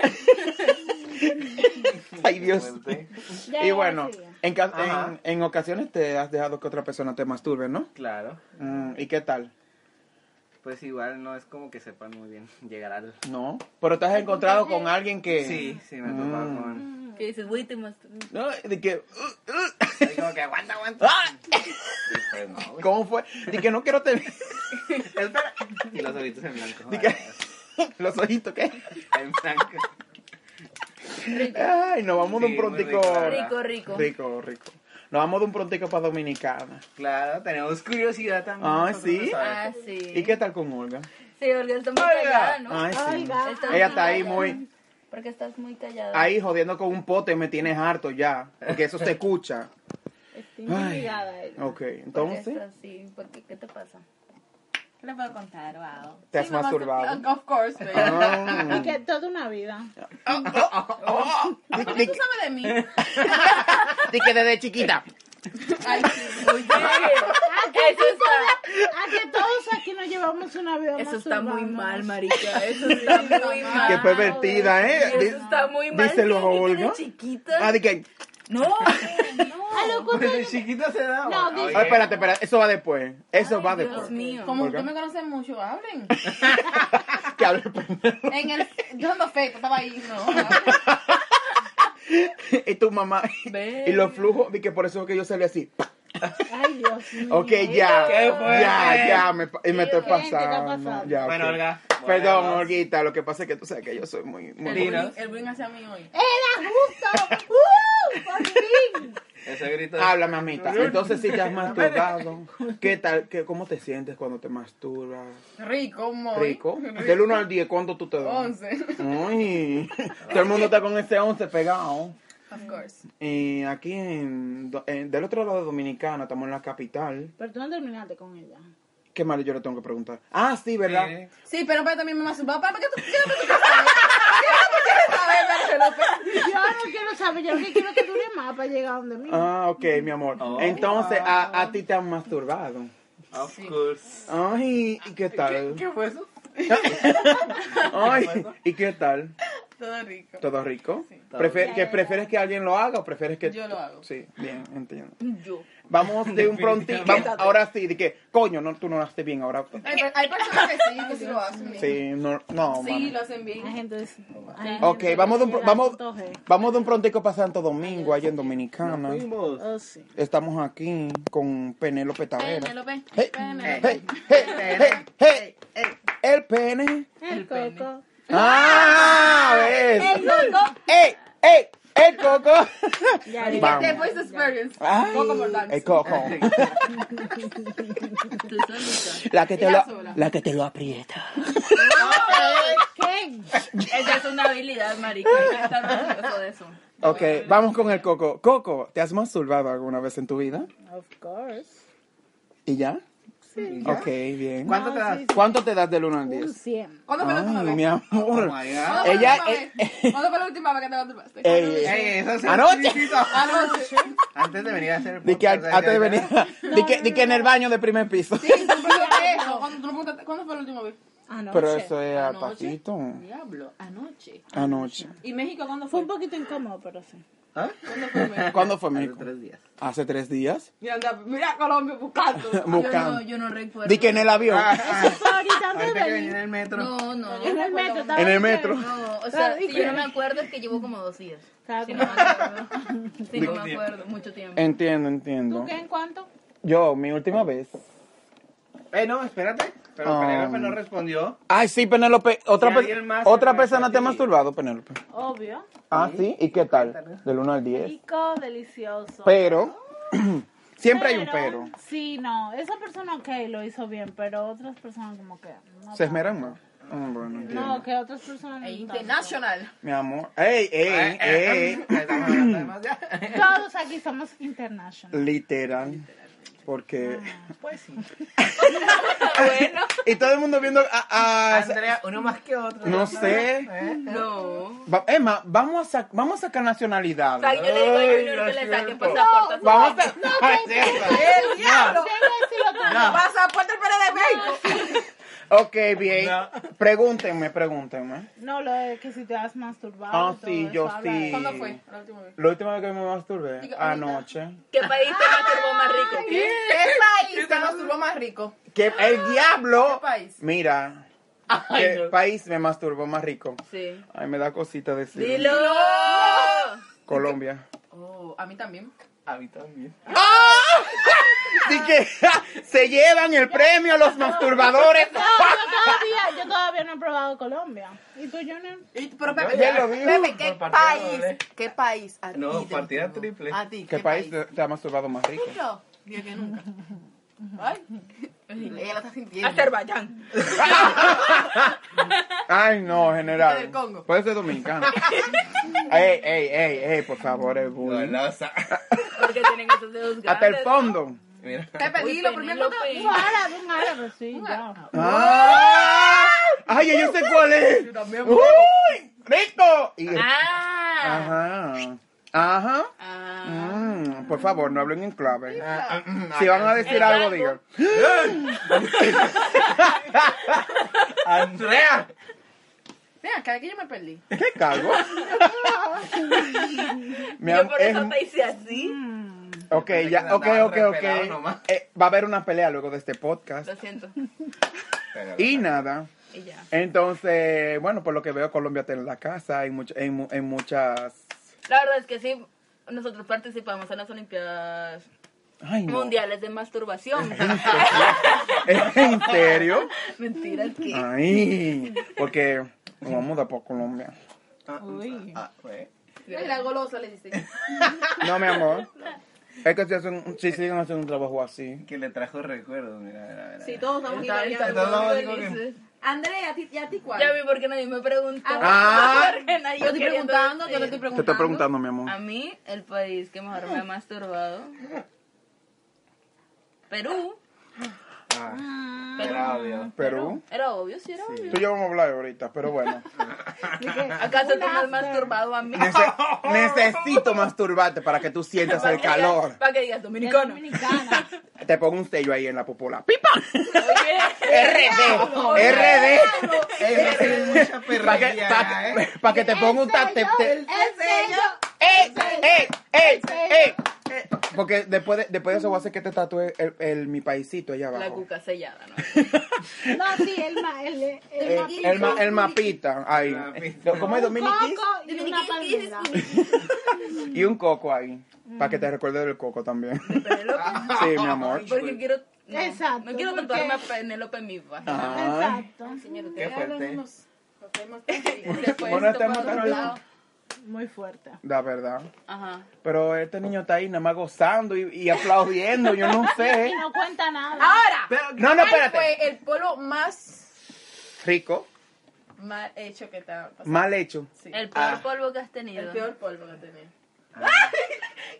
Speaker 2: Ay, Dios.
Speaker 3: Fuerte.
Speaker 4: Ya,
Speaker 2: Y
Speaker 4: ya,
Speaker 2: bueno,
Speaker 4: sí.
Speaker 2: en, ca-
Speaker 3: Ajá.
Speaker 2: en, en ocasiones te has dejado que otra persona te masturbe, ¿no?
Speaker 3: Claro.
Speaker 2: Mm, ¿Y qué tal?
Speaker 3: Pues igual no es como que sepan muy bien llegar al.
Speaker 2: No. Pero te has encontrado con alguien que...
Speaker 3: Sí, sí, me he topado
Speaker 2: Mm.
Speaker 3: con.
Speaker 1: Que dices, güey, te masturbas.
Speaker 2: ¿No? De que... uh, uh,
Speaker 3: Ahí como que aguanta, aguanta. Y pues no, güey.
Speaker 2: Ah. ¿Cómo fue? De que no quiero tener...
Speaker 3: Espera. Y los ojitos en blanco.
Speaker 2: De que... Los ojitos, ¿qué?
Speaker 3: En blanco.
Speaker 2: Ay, nos vamos de un
Speaker 3: Sí, muy
Speaker 2: prontico...
Speaker 3: rico, la verdad.
Speaker 1: Rico, rico.
Speaker 2: Rico, rico. Nos vamos de un prontico para Dominicana.
Speaker 3: Claro, tenemos curiosidad también.
Speaker 2: Ah,
Speaker 3: nosotros
Speaker 2: ¿sí?
Speaker 3: no sabemos.
Speaker 1: Ah, sí.
Speaker 2: ¿Y qué tal con Olga?
Speaker 1: Sí, porque está muy
Speaker 3: Oiga.
Speaker 1: callada, ¿no?
Speaker 2: Ay, sí.
Speaker 4: Olga.
Speaker 1: Estás
Speaker 2: Ella está ahí
Speaker 1: callada.
Speaker 2: muy...
Speaker 1: Porque estás muy callada.
Speaker 2: Ahí jodiendo con un pote me tienes harto ya. Porque eso se escucha.
Speaker 4: Estoy intimidada. eh.
Speaker 2: Ok,
Speaker 1: Porque
Speaker 2: entonces...
Speaker 1: estás así, porque, ¿qué te pasa?
Speaker 5: ¿Qué le puedo contar? Wow.
Speaker 2: Te has masturbado.
Speaker 5: Of course, baby.
Speaker 2: Ah.
Speaker 4: Y que toda una vida.
Speaker 2: Di-
Speaker 5: ¿Qué
Speaker 2: di-
Speaker 5: tú sabes de mí?
Speaker 2: di que desde chiquita.
Speaker 5: Ay, sí, muy bien.
Speaker 1: Eso está,
Speaker 4: A Ah, que todos aquí nos llevamos una vida
Speaker 1: eso está muy
Speaker 4: masturbándonos.
Speaker 1: mal, marica. Eso está muy mal.
Speaker 2: Qué pervertida, ¿eh?
Speaker 1: Eso está muy mal.
Speaker 2: Díselo a
Speaker 1: Sí, que
Speaker 2: Olga.
Speaker 1: tiene chiquita.
Speaker 2: Ah, di que.
Speaker 1: No, no.
Speaker 4: A los
Speaker 2: Ah.
Speaker 3: Desde
Speaker 4: cumpleaños.
Speaker 3: chiquita se da.
Speaker 4: No,
Speaker 3: Oye,
Speaker 4: dice-
Speaker 2: Ay, espérate, espérate, eso va después. Eso
Speaker 1: Ay,
Speaker 2: va
Speaker 1: Dios
Speaker 2: después.
Speaker 1: mío.
Speaker 5: Como
Speaker 2: ¿Por qué?
Speaker 5: ustedes me conocen mucho, hablen.
Speaker 2: Que hable pendejo.
Speaker 5: En el, yo ando feito, estaba ahí, no.
Speaker 2: y tu mamá.
Speaker 1: Ve.
Speaker 2: Y los flujos, de que por eso es que yo salí así.
Speaker 4: Ay, Dios mío.
Speaker 2: Ok, ya.
Speaker 3: Qué fuerte.
Speaker 2: Ya, ya, me, pa- y me
Speaker 4: Sí,
Speaker 2: estoy
Speaker 4: gente, está
Speaker 2: pasando.
Speaker 4: pasando.
Speaker 2: Ya,
Speaker 3: Bueno,
Speaker 2: ok.
Speaker 3: Olga.
Speaker 2: Perdón,
Speaker 3: volvemos.
Speaker 2: Olguita, lo que pasa es que tú sabes que yo soy muy... muy-
Speaker 3: Sí.
Speaker 5: El, el buen hacia mí hoy.
Speaker 4: eh. ¡Era justo! ¡Uh! ¡Por fin!
Speaker 3: Ese grito.
Speaker 2: Habla, mamita. Entonces, si te has masturbado, ¿qué tal? Qué, ¿Cómo te sientes cuando te masturbas?
Speaker 5: Rico, muy.
Speaker 2: ¿Rico? Del 1 al 10, ¿cuánto tú te das?
Speaker 5: 11.
Speaker 2: Uy, todo el mundo está con ese 11 pegado.
Speaker 5: Of course.
Speaker 2: Y aquí, en, do- en- del otro lado de Dominicana, estamos en la capital.
Speaker 4: Pero tú no terminaste con ella.
Speaker 2: Qué mal, yo le tengo que preguntar. Ah, sí, ¿verdad?
Speaker 3: Sí.
Speaker 5: Sí, pero para también me masturbaba. Papá, ¿qué tú qué es lo que tú quieres saber? ¿Qué es lo que tú quieres saber,
Speaker 4: Yo no quiero saber, yo lo que quiero que dure más para llegar donde mí.
Speaker 2: Ah, ok, mi amor.
Speaker 3: Oh.
Speaker 2: Entonces, a, a ti te han masturbado.
Speaker 3: Of course.
Speaker 2: Ay, ¿y qué tal?
Speaker 5: ¿Qué fue eso?
Speaker 2: Ay, ¿y qué tal?
Speaker 5: Todo rico.
Speaker 2: ¿Todo rico?
Speaker 3: Todo
Speaker 2: Prefier- que ¿Prefieres que alguien lo haga o prefieres que...?
Speaker 5: Yo lo hago.
Speaker 2: Sí, bien, entiendo.
Speaker 1: Yo.
Speaker 2: Vamos de un prontito.
Speaker 3: Definitivamente.
Speaker 2: vamos- ahora sí, de que, coño, no, tú no lo haces bien ahora.
Speaker 5: Hay, hay personas que sí, que sí lo hacen bien.
Speaker 2: Sí, no, no,
Speaker 5: Sí,
Speaker 2: mami.
Speaker 5: lo hacen
Speaker 4: Hay
Speaker 5: bien.
Speaker 4: gente es- hay
Speaker 2: Ok,
Speaker 4: gente
Speaker 2: vamos de, un,
Speaker 4: que
Speaker 2: pro-
Speaker 4: sí da
Speaker 2: vamos,
Speaker 4: punto G.
Speaker 2: vamos de un prontico para Santo Domingo, allá en Dominicana.
Speaker 4: Oh, sí.
Speaker 2: Estamos aquí con Penélope Tavera.
Speaker 5: Penélope,
Speaker 2: Hey,
Speaker 5: Penélope.
Speaker 2: hey, hey, hey, hey, El pene.
Speaker 4: El coco.
Speaker 2: ¡Ah! ¿Ves?
Speaker 4: El coco.
Speaker 2: ¡Ey! ¡Ey! ¡El coco!
Speaker 4: Ya, ya.
Speaker 2: Vamos.
Speaker 5: The voice experience.
Speaker 2: Ay,
Speaker 5: pues. Coco Mordax.
Speaker 2: el coco.
Speaker 1: Tú solita.
Speaker 2: La que te
Speaker 5: Ella
Speaker 2: lo,
Speaker 5: sola.
Speaker 2: la que te lo aprieta.
Speaker 4: ¿Qué?
Speaker 1: Esa es una habilidad, marica. Hay que estar orgulloso de eso.
Speaker 2: Ok, vamos con el coco. Coco, ¿te has masturbado alguna vez en tu vida?
Speaker 4: Of course.
Speaker 2: ¿Y ya? Sí. Ok, bien.
Speaker 3: ¿Cuánto te das?
Speaker 4: Ah, sí,
Speaker 2: ¿Cuánto te das del 1 al
Speaker 4: Un
Speaker 2: 10?
Speaker 4: 100.
Speaker 5: ¿Cuándo fue la última
Speaker 2: Ay,
Speaker 5: vez?
Speaker 2: Ah, mi amor.
Speaker 3: Oh my
Speaker 5: ¿Cuándo
Speaker 3: God.
Speaker 4: Ah,
Speaker 5: fue la
Speaker 2: Ella- eh.
Speaker 5: última vez? ¿Cuándo fue la última vez que te masturbaste?
Speaker 2: Ey,
Speaker 3: Ey, eso es
Speaker 2: Anoche.
Speaker 3: exquisito.
Speaker 5: Anoche.
Speaker 3: Antes de venir a hacer el
Speaker 2: Di que
Speaker 3: podcast,
Speaker 2: al- antes de venir,
Speaker 3: ¿verdad?
Speaker 2: di que, di que en el baño de primer piso.
Speaker 5: Sí, siempre fue eso. Cuando tú me preguntaste, ¿Cuándo fue la última vez?
Speaker 4: Anoche.
Speaker 2: Pero eso es al
Speaker 5: Anoche.
Speaker 2: pasito.
Speaker 5: Diablo, anoche.
Speaker 2: Anoche.
Speaker 5: ¿Y México cuándo
Speaker 4: Fue
Speaker 5: fue?
Speaker 4: un poquito incómodo, pero sí.
Speaker 3: ¿Ah?
Speaker 5: ¿Cuándo fue México?
Speaker 2: ¿Cuándo fue
Speaker 3: Hace
Speaker 2: México?
Speaker 3: tres días.
Speaker 2: Hace tres días.
Speaker 5: Y anda, mira a Colombia buscando.
Speaker 1: Yo
Speaker 2: Buscando.
Speaker 1: no, yo no recuerdo.
Speaker 2: Di que en el avión.
Speaker 3: Ah,
Speaker 4: Fue ahorita antes
Speaker 3: Ahorita
Speaker 4: de
Speaker 3: que venía en
Speaker 4: venir.
Speaker 3: el metro.
Speaker 1: No, no.
Speaker 4: En el metro. estaba
Speaker 2: En el
Speaker 4: diciendo-
Speaker 2: metro.
Speaker 1: No, o sea,
Speaker 4: Ah,
Speaker 1: si
Speaker 4: dime.
Speaker 1: yo no me acuerdo es que llevo como dos días.
Speaker 4: Estaba
Speaker 1: Si
Speaker 4: como-
Speaker 1: no me acuerdo. Si no
Speaker 3: Dos
Speaker 1: me
Speaker 3: días.
Speaker 1: acuerdo, mucho tiempo.
Speaker 2: Entiendo,
Speaker 4: ¿Tú
Speaker 2: entiendo.
Speaker 4: qué en cuánto?
Speaker 2: Yo, mi última vez.
Speaker 3: Eh, no, espérate. Pero
Speaker 2: Ah.
Speaker 3: Penélope no respondió.
Speaker 2: Ay, sí, Penélope. Otra,
Speaker 3: Si
Speaker 2: pe-
Speaker 3: alguien más se
Speaker 2: otra
Speaker 3: pasa
Speaker 2: persona te ha
Speaker 3: aquí.
Speaker 2: masturbado, Penélope.
Speaker 4: Obvio.
Speaker 2: Ah, sí. ¿Y qué tal? Del 1 al 10.
Speaker 4: Rico, delicioso.
Speaker 2: Pero, siempre hay un pero.
Speaker 4: Sí, no. Esa persona, ok, lo hizo bien, pero otras personas como que... No
Speaker 2: Se
Speaker 4: tanto.
Speaker 2: esmeran más. Ah, bueno, entiendo.
Speaker 4: No, que otras personas... no
Speaker 5: E
Speaker 4: tanto.
Speaker 5: internacional.
Speaker 2: Mi amor. ¡Ey, ey,
Speaker 3: Eh, eh,
Speaker 2: ey!
Speaker 3: eh, estamos hablando de más ya.
Speaker 4: Todos aquí somos international.
Speaker 2: Literal. Porque.
Speaker 5: Ah.
Speaker 3: Pues sí.
Speaker 1: Ah,
Speaker 2: y todo el mundo viendo a. a-
Speaker 3: Andrea, uno más que otro. Eh,
Speaker 2: no sé.
Speaker 1: No.
Speaker 2: Va- Emma, vamos a, sa- vamos a sacar nacionalidad.
Speaker 1: O sea, yo le digo a Junior que
Speaker 3: Ay,
Speaker 1: le
Speaker 3: lo
Speaker 1: saque
Speaker 3: siento.
Speaker 1: pasaporte. a su
Speaker 2: Vamos
Speaker 1: vaina.
Speaker 2: a.
Speaker 5: ¡El diablo!
Speaker 4: Venga, decirlo tú.
Speaker 5: ¡Pasa por el pelo de México!
Speaker 2: Ok, bien.
Speaker 3: No.
Speaker 2: Pregúntenme, pregúntenme.
Speaker 4: No, lo de que si te has masturbado.
Speaker 2: Ah,
Speaker 4: y todo
Speaker 2: sí,
Speaker 4: eso,
Speaker 2: yo
Speaker 4: habla
Speaker 2: sí.
Speaker 4: de-
Speaker 5: ¿Cuándo fue la última vez?
Speaker 2: La última vez que me masturbé,
Speaker 5: Digo, ahorita.
Speaker 2: anoche.
Speaker 1: ¿Qué país te masturbó más rico? ¿Qué?
Speaker 5: ¿Qué país te masturbó más rico?
Speaker 2: Que el diablo.
Speaker 5: Ah, ¿Qué país?
Speaker 2: Mira, ¿qué país me masturbó más rico?
Speaker 1: Sí.
Speaker 2: Ay, me da cosita decir.
Speaker 1: Dilo.
Speaker 2: Colombia.
Speaker 5: Oh, a mí también.
Speaker 3: A mí también.
Speaker 5: Ah.
Speaker 2: Así que ja, se llevan el premio los masturbadores.
Speaker 4: Yo todavía, yo todavía no he probado Colombia. ¿Y tú, Junior?
Speaker 5: Y- Pero Pepe,
Speaker 2: Ya lo digo.
Speaker 5: Pepe, ¿qué
Speaker 3: Por partida
Speaker 5: país?
Speaker 3: doble.
Speaker 5: ¿Qué país? A
Speaker 3: No,
Speaker 5: ti Ah. te
Speaker 3: partida
Speaker 5: masturbó.
Speaker 3: triple.
Speaker 5: ¿A ti?
Speaker 2: ¿Qué país te te ha masturbado más rico?
Speaker 5: Yo, dije que nunca. Ay, ella la está sintiendo.
Speaker 1: Azerbaiyán.
Speaker 2: Ay, no,
Speaker 5: Del
Speaker 2: general.
Speaker 5: Congo.
Speaker 2: Puede ser dominicano. ey, ey, ey, ey, por favor, es bullying.
Speaker 3: Golosa.
Speaker 1: Porque tienen esos dedos grandes.
Speaker 2: Hasta el fondo.
Speaker 3: Mira.
Speaker 5: Pepe,
Speaker 1: Uy,
Speaker 5: dilo primero.
Speaker 1: Penélope.
Speaker 4: Un árabe, un árabe, sí, ya.
Speaker 2: ¡Ah! Ay, ya yo sé cuál es. ¡Uy! ¡Rico! Y-
Speaker 1: Ah.
Speaker 2: Ajá. Ajá.
Speaker 1: Ah.
Speaker 2: Mm, por favor, no hablen en clave.
Speaker 3: Ah, mm,
Speaker 2: Si van a decir
Speaker 1: El
Speaker 2: algo,
Speaker 1: gato.
Speaker 2: digan.
Speaker 3: Andrea.
Speaker 5: Mira, acá, ¿de qué yo me perdí?
Speaker 2: ¿Qué cago? Mi
Speaker 1: Yo
Speaker 2: am-
Speaker 1: por
Speaker 2: es-
Speaker 1: eso te hice así.
Speaker 2: Ok,
Speaker 3: Pensé que
Speaker 2: ya,
Speaker 3: andaba
Speaker 2: ok, ok, ok.
Speaker 3: repelado nomás.
Speaker 2: Eh, va a haber una pelea luego de este podcast.
Speaker 1: Lo siento.
Speaker 3: Pero-
Speaker 2: Y nada.
Speaker 5: Y ya.
Speaker 2: Entonces, bueno, por lo que veo, Colombia está en la casa, en, much- en, mu- en muchas...
Speaker 1: La verdad es que sí, nosotros participamos en las Olimpiadas
Speaker 2: Ay, no.
Speaker 1: Mundiales de Masturbación.
Speaker 2: ¿En serio?
Speaker 1: Mentira, es
Speaker 2: Ah.
Speaker 1: que.
Speaker 2: Ay, porque nos vamos a mudar por Colombia.
Speaker 3: Ah,
Speaker 4: Uy.
Speaker 3: ah, güey.
Speaker 5: Ay, la golosa le dice.
Speaker 2: No, mi amor. Es que si, hacen, si siguen haciendo un trabajo así.
Speaker 3: Que le trajo recuerdos, mira, mira, mira.
Speaker 5: Sí, todos estamos
Speaker 1: Está-
Speaker 5: igual.
Speaker 1: está
Speaker 3: Entonces,
Speaker 1: todo
Speaker 3: vamos, digo que-
Speaker 1: felices.
Speaker 5: Andrea, ¿a ti, y a ti cuál?
Speaker 1: Ya vi porque nadie me preguntó.
Speaker 2: Ah.
Speaker 1: Porque nadie
Speaker 5: yo estoy
Speaker 1: quería
Speaker 5: preguntando, yo
Speaker 1: decir.
Speaker 5: le estoy
Speaker 2: Te estoy
Speaker 5: preguntando.
Speaker 2: preguntando, mi amor.
Speaker 1: A mí, el país que mejor me ha masturbado. Perú.
Speaker 3: Ah,
Speaker 1: Perú.
Speaker 3: era obvio.
Speaker 2: Perú.
Speaker 1: Era obvio, sí, era obvio.
Speaker 2: Tú y yo vamos a hablar ahorita, pero bueno.
Speaker 1: ¿Acaso tú me has masturbado a mí?
Speaker 2: Nece- necesito masturbarte para que tú sientas el calor.
Speaker 1: Para que digas dominicano.
Speaker 4: Dominicana.
Speaker 2: Te pongo un sello ahí en la popola. ¡Pipa!
Speaker 1: Diablo.
Speaker 2: ¡RD! ¡RD!
Speaker 3: Ey, no tiene mucha
Speaker 2: Para que,
Speaker 3: perrería,
Speaker 2: pa'
Speaker 3: ¿eh?
Speaker 2: que- pa' que te ponga un tate. te-
Speaker 5: El sello.
Speaker 2: ¡Ey! ¡Ey! ¡Ey! ¡Ey! Eh, Porque después de, después de eso voy a hacer que te tatúe el, el- mi paisito allá
Speaker 1: La
Speaker 2: abajo.
Speaker 1: cuca sellada, ¿no?
Speaker 4: No, sí, el, ma, el, el,
Speaker 2: Eh,
Speaker 4: mapito.
Speaker 2: el, ma- el mapita. Ahí.
Speaker 3: El mapita.
Speaker 2: Eh, ¿Cómo es
Speaker 4: Un
Speaker 2: Dominiquis?
Speaker 4: coco y una palmera.
Speaker 2: Y un coco ahí.
Speaker 1: Mm.
Speaker 2: Para que te recuerde del coco también.
Speaker 1: Penélope.
Speaker 2: Sí, mi amor.
Speaker 1: Porque quiero. No,
Speaker 4: Exacto,
Speaker 1: No quiero
Speaker 4: porque-
Speaker 1: tatuarme a Penélope en mi vagina.
Speaker 2: Ah.
Speaker 4: Exacto.
Speaker 3: Qué fuerte.
Speaker 1: Se fue
Speaker 2: Bueno,
Speaker 1: esto
Speaker 2: estamos
Speaker 1: para otro
Speaker 2: tarde.
Speaker 1: lado.
Speaker 4: Muy fuerte.
Speaker 2: La verdad.
Speaker 1: Ajá.
Speaker 2: Pero este niño está ahí nada más gozando y, y aplaudiendo. Yo no sé.
Speaker 4: Y no cuenta nada.
Speaker 5: Ahora,
Speaker 2: No, no,
Speaker 5: ¿cuál
Speaker 1: pues.
Speaker 2: espérate.
Speaker 5: fue el polo más
Speaker 2: Rico.
Speaker 5: mal hecho que te ha pasado?
Speaker 2: Mal hecho.
Speaker 1: El peor polvo que has tenido.
Speaker 5: El peor polvo que tenía.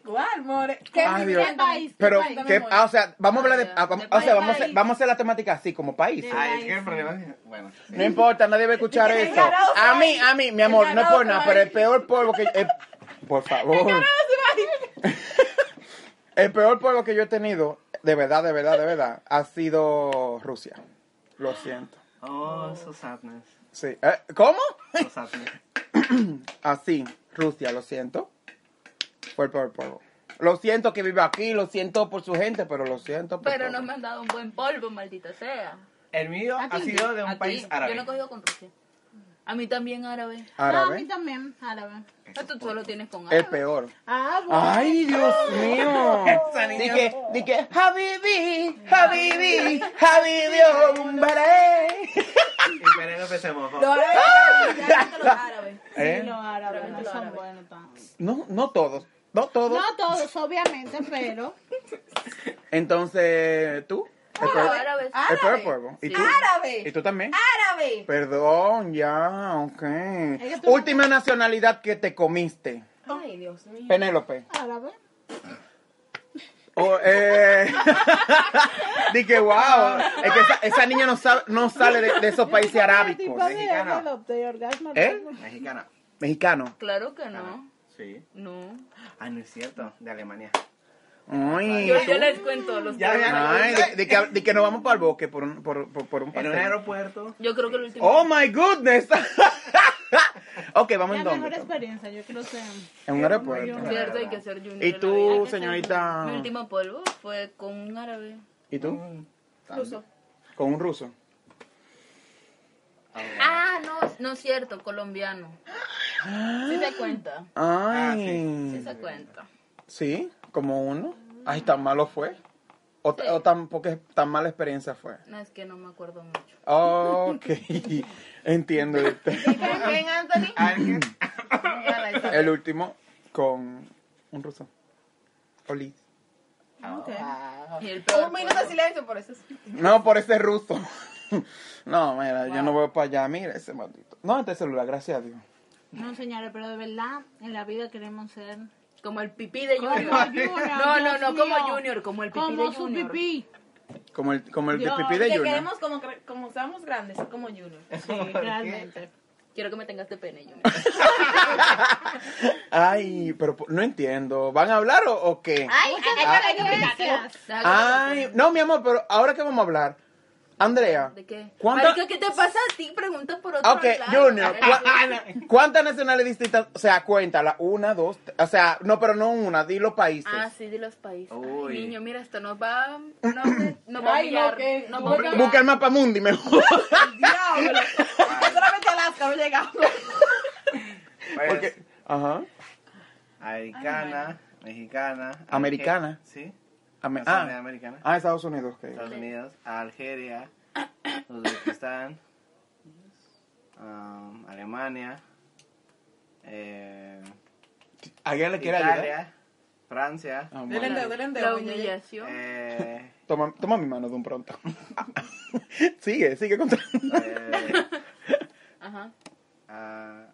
Speaker 5: ¿Cuál, more? ¿Qué,
Speaker 2: Ay, Dios.
Speaker 5: qué país?
Speaker 2: Ah. Pero,
Speaker 5: qué país?
Speaker 2: ¿qué? Ah, o sea, vamos a hablar de.
Speaker 1: Ah,
Speaker 2: ah, vamos-
Speaker 1: de
Speaker 2: o sea,
Speaker 1: país,
Speaker 2: vamos a, hacer, vamos a hacer la temática así, como país.
Speaker 3: Ay, es que el problema es- Bueno, sí.
Speaker 2: No importa, nadie va a escuchar eso. A mí, a mí, mi amor, no es por nada, pero el peor polvo que. el- por favor. El peor polvo que yo he tenido, de verdad, de verdad, de verdad, ha sido Rusia. Lo siento.
Speaker 3: Oh, so sadness.
Speaker 2: Sí. Eh, ¿Cómo?
Speaker 3: So sadness.
Speaker 2: Así, Rusia, lo siento. Fue el peor polvo. Lo siento que vive aquí, lo siento por su gente, pero lo siento. por
Speaker 1: Pero
Speaker 2: todo.
Speaker 1: no me han dado un buen polvo, maldita sea.
Speaker 3: El mío ha sido de un
Speaker 1: Aquí,
Speaker 3: país
Speaker 1: Yo no he
Speaker 3: árabe.
Speaker 1: cogido con Rusia. A mí también árabe.
Speaker 4: Ah, a mí
Speaker 2: Árabe.
Speaker 4: también, árabe.
Speaker 1: No, tú solo tienes con
Speaker 2: El
Speaker 1: árabe.
Speaker 2: peor.
Speaker 4: Ah, bueno.
Speaker 2: Ay, Dios mío.
Speaker 3: Esa niña-
Speaker 2: Di que, di que, Habibi, Habibi, Habibi, hombre.
Speaker 3: Y Penélope se mojó.
Speaker 2: Ah.
Speaker 5: Los árabes.
Speaker 2: ¿Eh?
Speaker 4: Sí, los árabes no son buenos tanto.
Speaker 2: No, no todos, no todos.
Speaker 4: No todos, obviamente, pero
Speaker 2: Entonces, ¿tú? El
Speaker 1: Pero
Speaker 2: peor,
Speaker 1: árabe.
Speaker 2: el peor Eh. pueblo. ¿Y
Speaker 1: Sí.
Speaker 2: tú? ¿Y
Speaker 5: Árabe.
Speaker 2: tú también?
Speaker 5: Árabe.
Speaker 2: Perdón, ya, ok.
Speaker 4: que tú-
Speaker 2: Última nacionalidad que te comiste,
Speaker 5: Ay, Dios mío.
Speaker 2: Penélope.
Speaker 4: árabe.
Speaker 2: O, eh, di que, wow, es que esa, esa niña no, sabe- no sale de, de esos países
Speaker 4: tipo
Speaker 2: arábicos.
Speaker 4: de
Speaker 3: mexicano.
Speaker 4: envelope y orgasmo.
Speaker 2: ¿Eh?
Speaker 3: Mexicana.
Speaker 2: Mexicano.
Speaker 1: Claro que no.
Speaker 3: Sí.
Speaker 1: No.
Speaker 3: Ah, no es cierto. De Alemania.
Speaker 2: Ay,
Speaker 1: Yo, yo les cuento los
Speaker 3: Ya,
Speaker 1: polvos.
Speaker 3: ya.
Speaker 2: Ay, de, de que, de que nos vamos para el bosque por un, por, por- por un
Speaker 3: En un
Speaker 2: paseo.
Speaker 3: aeropuerto.
Speaker 1: Yo creo que el último.
Speaker 2: Oh my goodness. ok, vamos
Speaker 4: La
Speaker 2: en
Speaker 4: mejor
Speaker 2: dónde.
Speaker 4: experiencia, yo creo que
Speaker 2: En un aeropuerto.
Speaker 1: Cierto, hay que ser junior.
Speaker 2: ¿Y
Speaker 1: en la vida.
Speaker 2: tú, Ah. señorita?
Speaker 1: Mi último polvo fue con un árabe.
Speaker 2: ¿Y tú?
Speaker 5: Ruso.
Speaker 2: Con un ruso.
Speaker 1: Ah, no, no es cierto, colombiano. Sí se cuenta. Sí
Speaker 2: Ay.
Speaker 1: se cuenta.
Speaker 2: Sí, como uno. Ay, tan malo fue. O, ta- o tan, porque tan mala experiencia fue.
Speaker 1: No, es que no me acuerdo mucho.
Speaker 2: Ok. Entiendo.
Speaker 5: Ven, Anthony.
Speaker 3: A ver, ¿qué?
Speaker 2: El último con un ruso. Oli.
Speaker 1: Y el peor
Speaker 5: Un minuto de silencio por eso.
Speaker 2: No, por ese ruso. No, mira, yo no voy para allá. Mira ese maldito. No, este celular, gracias a Dios.
Speaker 4: No, señores, pero de verdad, en la vida queremos ser
Speaker 1: Como el pipí de
Speaker 4: como
Speaker 1: Junior.
Speaker 4: Junior,
Speaker 1: No, no,
Speaker 4: Dios
Speaker 1: no,
Speaker 4: mío.
Speaker 1: como Junior, como el pipí
Speaker 4: Como
Speaker 1: de
Speaker 4: su
Speaker 1: Junior.
Speaker 4: pipí.
Speaker 2: Como el, como el de
Speaker 4: Yo,
Speaker 2: pipí
Speaker 4: te
Speaker 2: de
Speaker 5: Que
Speaker 2: Junior.
Speaker 5: queremos como, cre- como seamos grandes, ser como Junior.
Speaker 4: Sí, realmente.
Speaker 1: Quiero que me tengas de pene, Junior.
Speaker 2: Ay, pero po- no entiendo. ¿Van a hablar o, o qué?
Speaker 4: Muchas gracias.
Speaker 1: Deja que-
Speaker 2: Ay, no, mi amor, pero ahora que vamos a hablar. Andrea,
Speaker 1: ¿De qué?
Speaker 2: ¿Cuánta-
Speaker 1: Marica, ¿qué te pasa a ti? Pregunta por otro
Speaker 2: ok,
Speaker 1: lado.
Speaker 2: Junior, ¿cu- ¿cuántas nacionales distintas? O sea, cuéntala, una, dos, tres, o sea, no, pero no una, di los países.
Speaker 1: Ah, sí, de los países.
Speaker 3: Uy.
Speaker 1: Ay, niño, mira, esto nos va, no, nos va
Speaker 4: Ay, no,
Speaker 1: a humillar.
Speaker 4: que-
Speaker 1: nos va a humillar.
Speaker 2: Busca el mapa mundi mejor.
Speaker 5: Diablo. Solamente Alaska no llegamos.
Speaker 3: Pues,
Speaker 2: Porque, ajá,
Speaker 3: Americana, mexicana.
Speaker 2: Americana.
Speaker 3: Arge- Sí.
Speaker 2: Ame-
Speaker 3: Nacionalidad
Speaker 2: ah,
Speaker 3: Americana.
Speaker 2: ah, Estados Unidos, ok.
Speaker 3: Estados Unidos, Algeria, Uzbekistán, um, Alemania, eh,
Speaker 2: ¿Alguien le quiere ayudar?
Speaker 3: Italia, Francia,
Speaker 2: Ah, bueno.
Speaker 5: Delen de, delen de.
Speaker 1: La
Speaker 5: oye.
Speaker 1: humillación.
Speaker 3: eh,
Speaker 2: Toma, toma mi mano de un pronto. sigue, sigue contando.
Speaker 3: eh,
Speaker 1: Ajá.
Speaker 3: ah,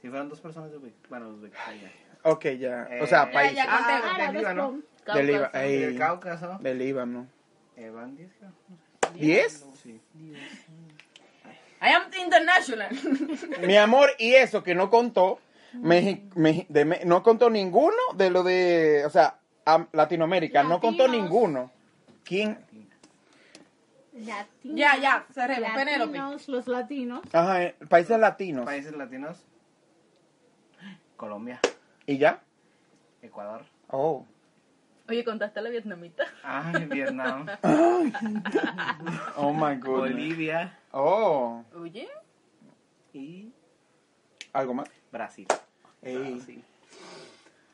Speaker 3: si fueron dos personas de Uzbek- bueno, Uzbekistán ya.
Speaker 2: Ok, ya. O sea,
Speaker 3: Eh,
Speaker 2: país.
Speaker 5: Ya, ya.
Speaker 3: Ah,
Speaker 4: Ah,
Speaker 3: del
Speaker 4: no,
Speaker 3: Líbano,
Speaker 2: Del Líbano.
Speaker 1: Cáucaso.
Speaker 2: Ey.
Speaker 3: del Cáucaso,
Speaker 2: Del Líbano.
Speaker 3: eh, van diez, creo.
Speaker 2: ¿Diez?
Speaker 3: Sí.
Speaker 5: I am international.
Speaker 2: Mi amor, y eso que no contó, Meji- Meji- de Me- no contó ninguno de lo de, o sea, a- Latinoamérica, no contó
Speaker 4: Latinos.
Speaker 2: ninguno. ¿Quién?
Speaker 4: Latinos.
Speaker 5: ya, ya, cerremos. Penélope.
Speaker 4: Latinos, los latinos.
Speaker 2: Ajá, eh, países latinos.
Speaker 3: Países latinos, Colombia,
Speaker 2: ¿Y ya?
Speaker 3: Ecuador,
Speaker 2: Oh.
Speaker 1: Oye, contaste a la vietnamita.
Speaker 3: ay, Ah, Vietnam,
Speaker 2: Oh my goodness.
Speaker 3: Bolivia
Speaker 2: Oh.
Speaker 1: Oye,
Speaker 3: y
Speaker 2: ¿Algo más?
Speaker 3: Brasil.
Speaker 2: Ey.
Speaker 3: Brasil.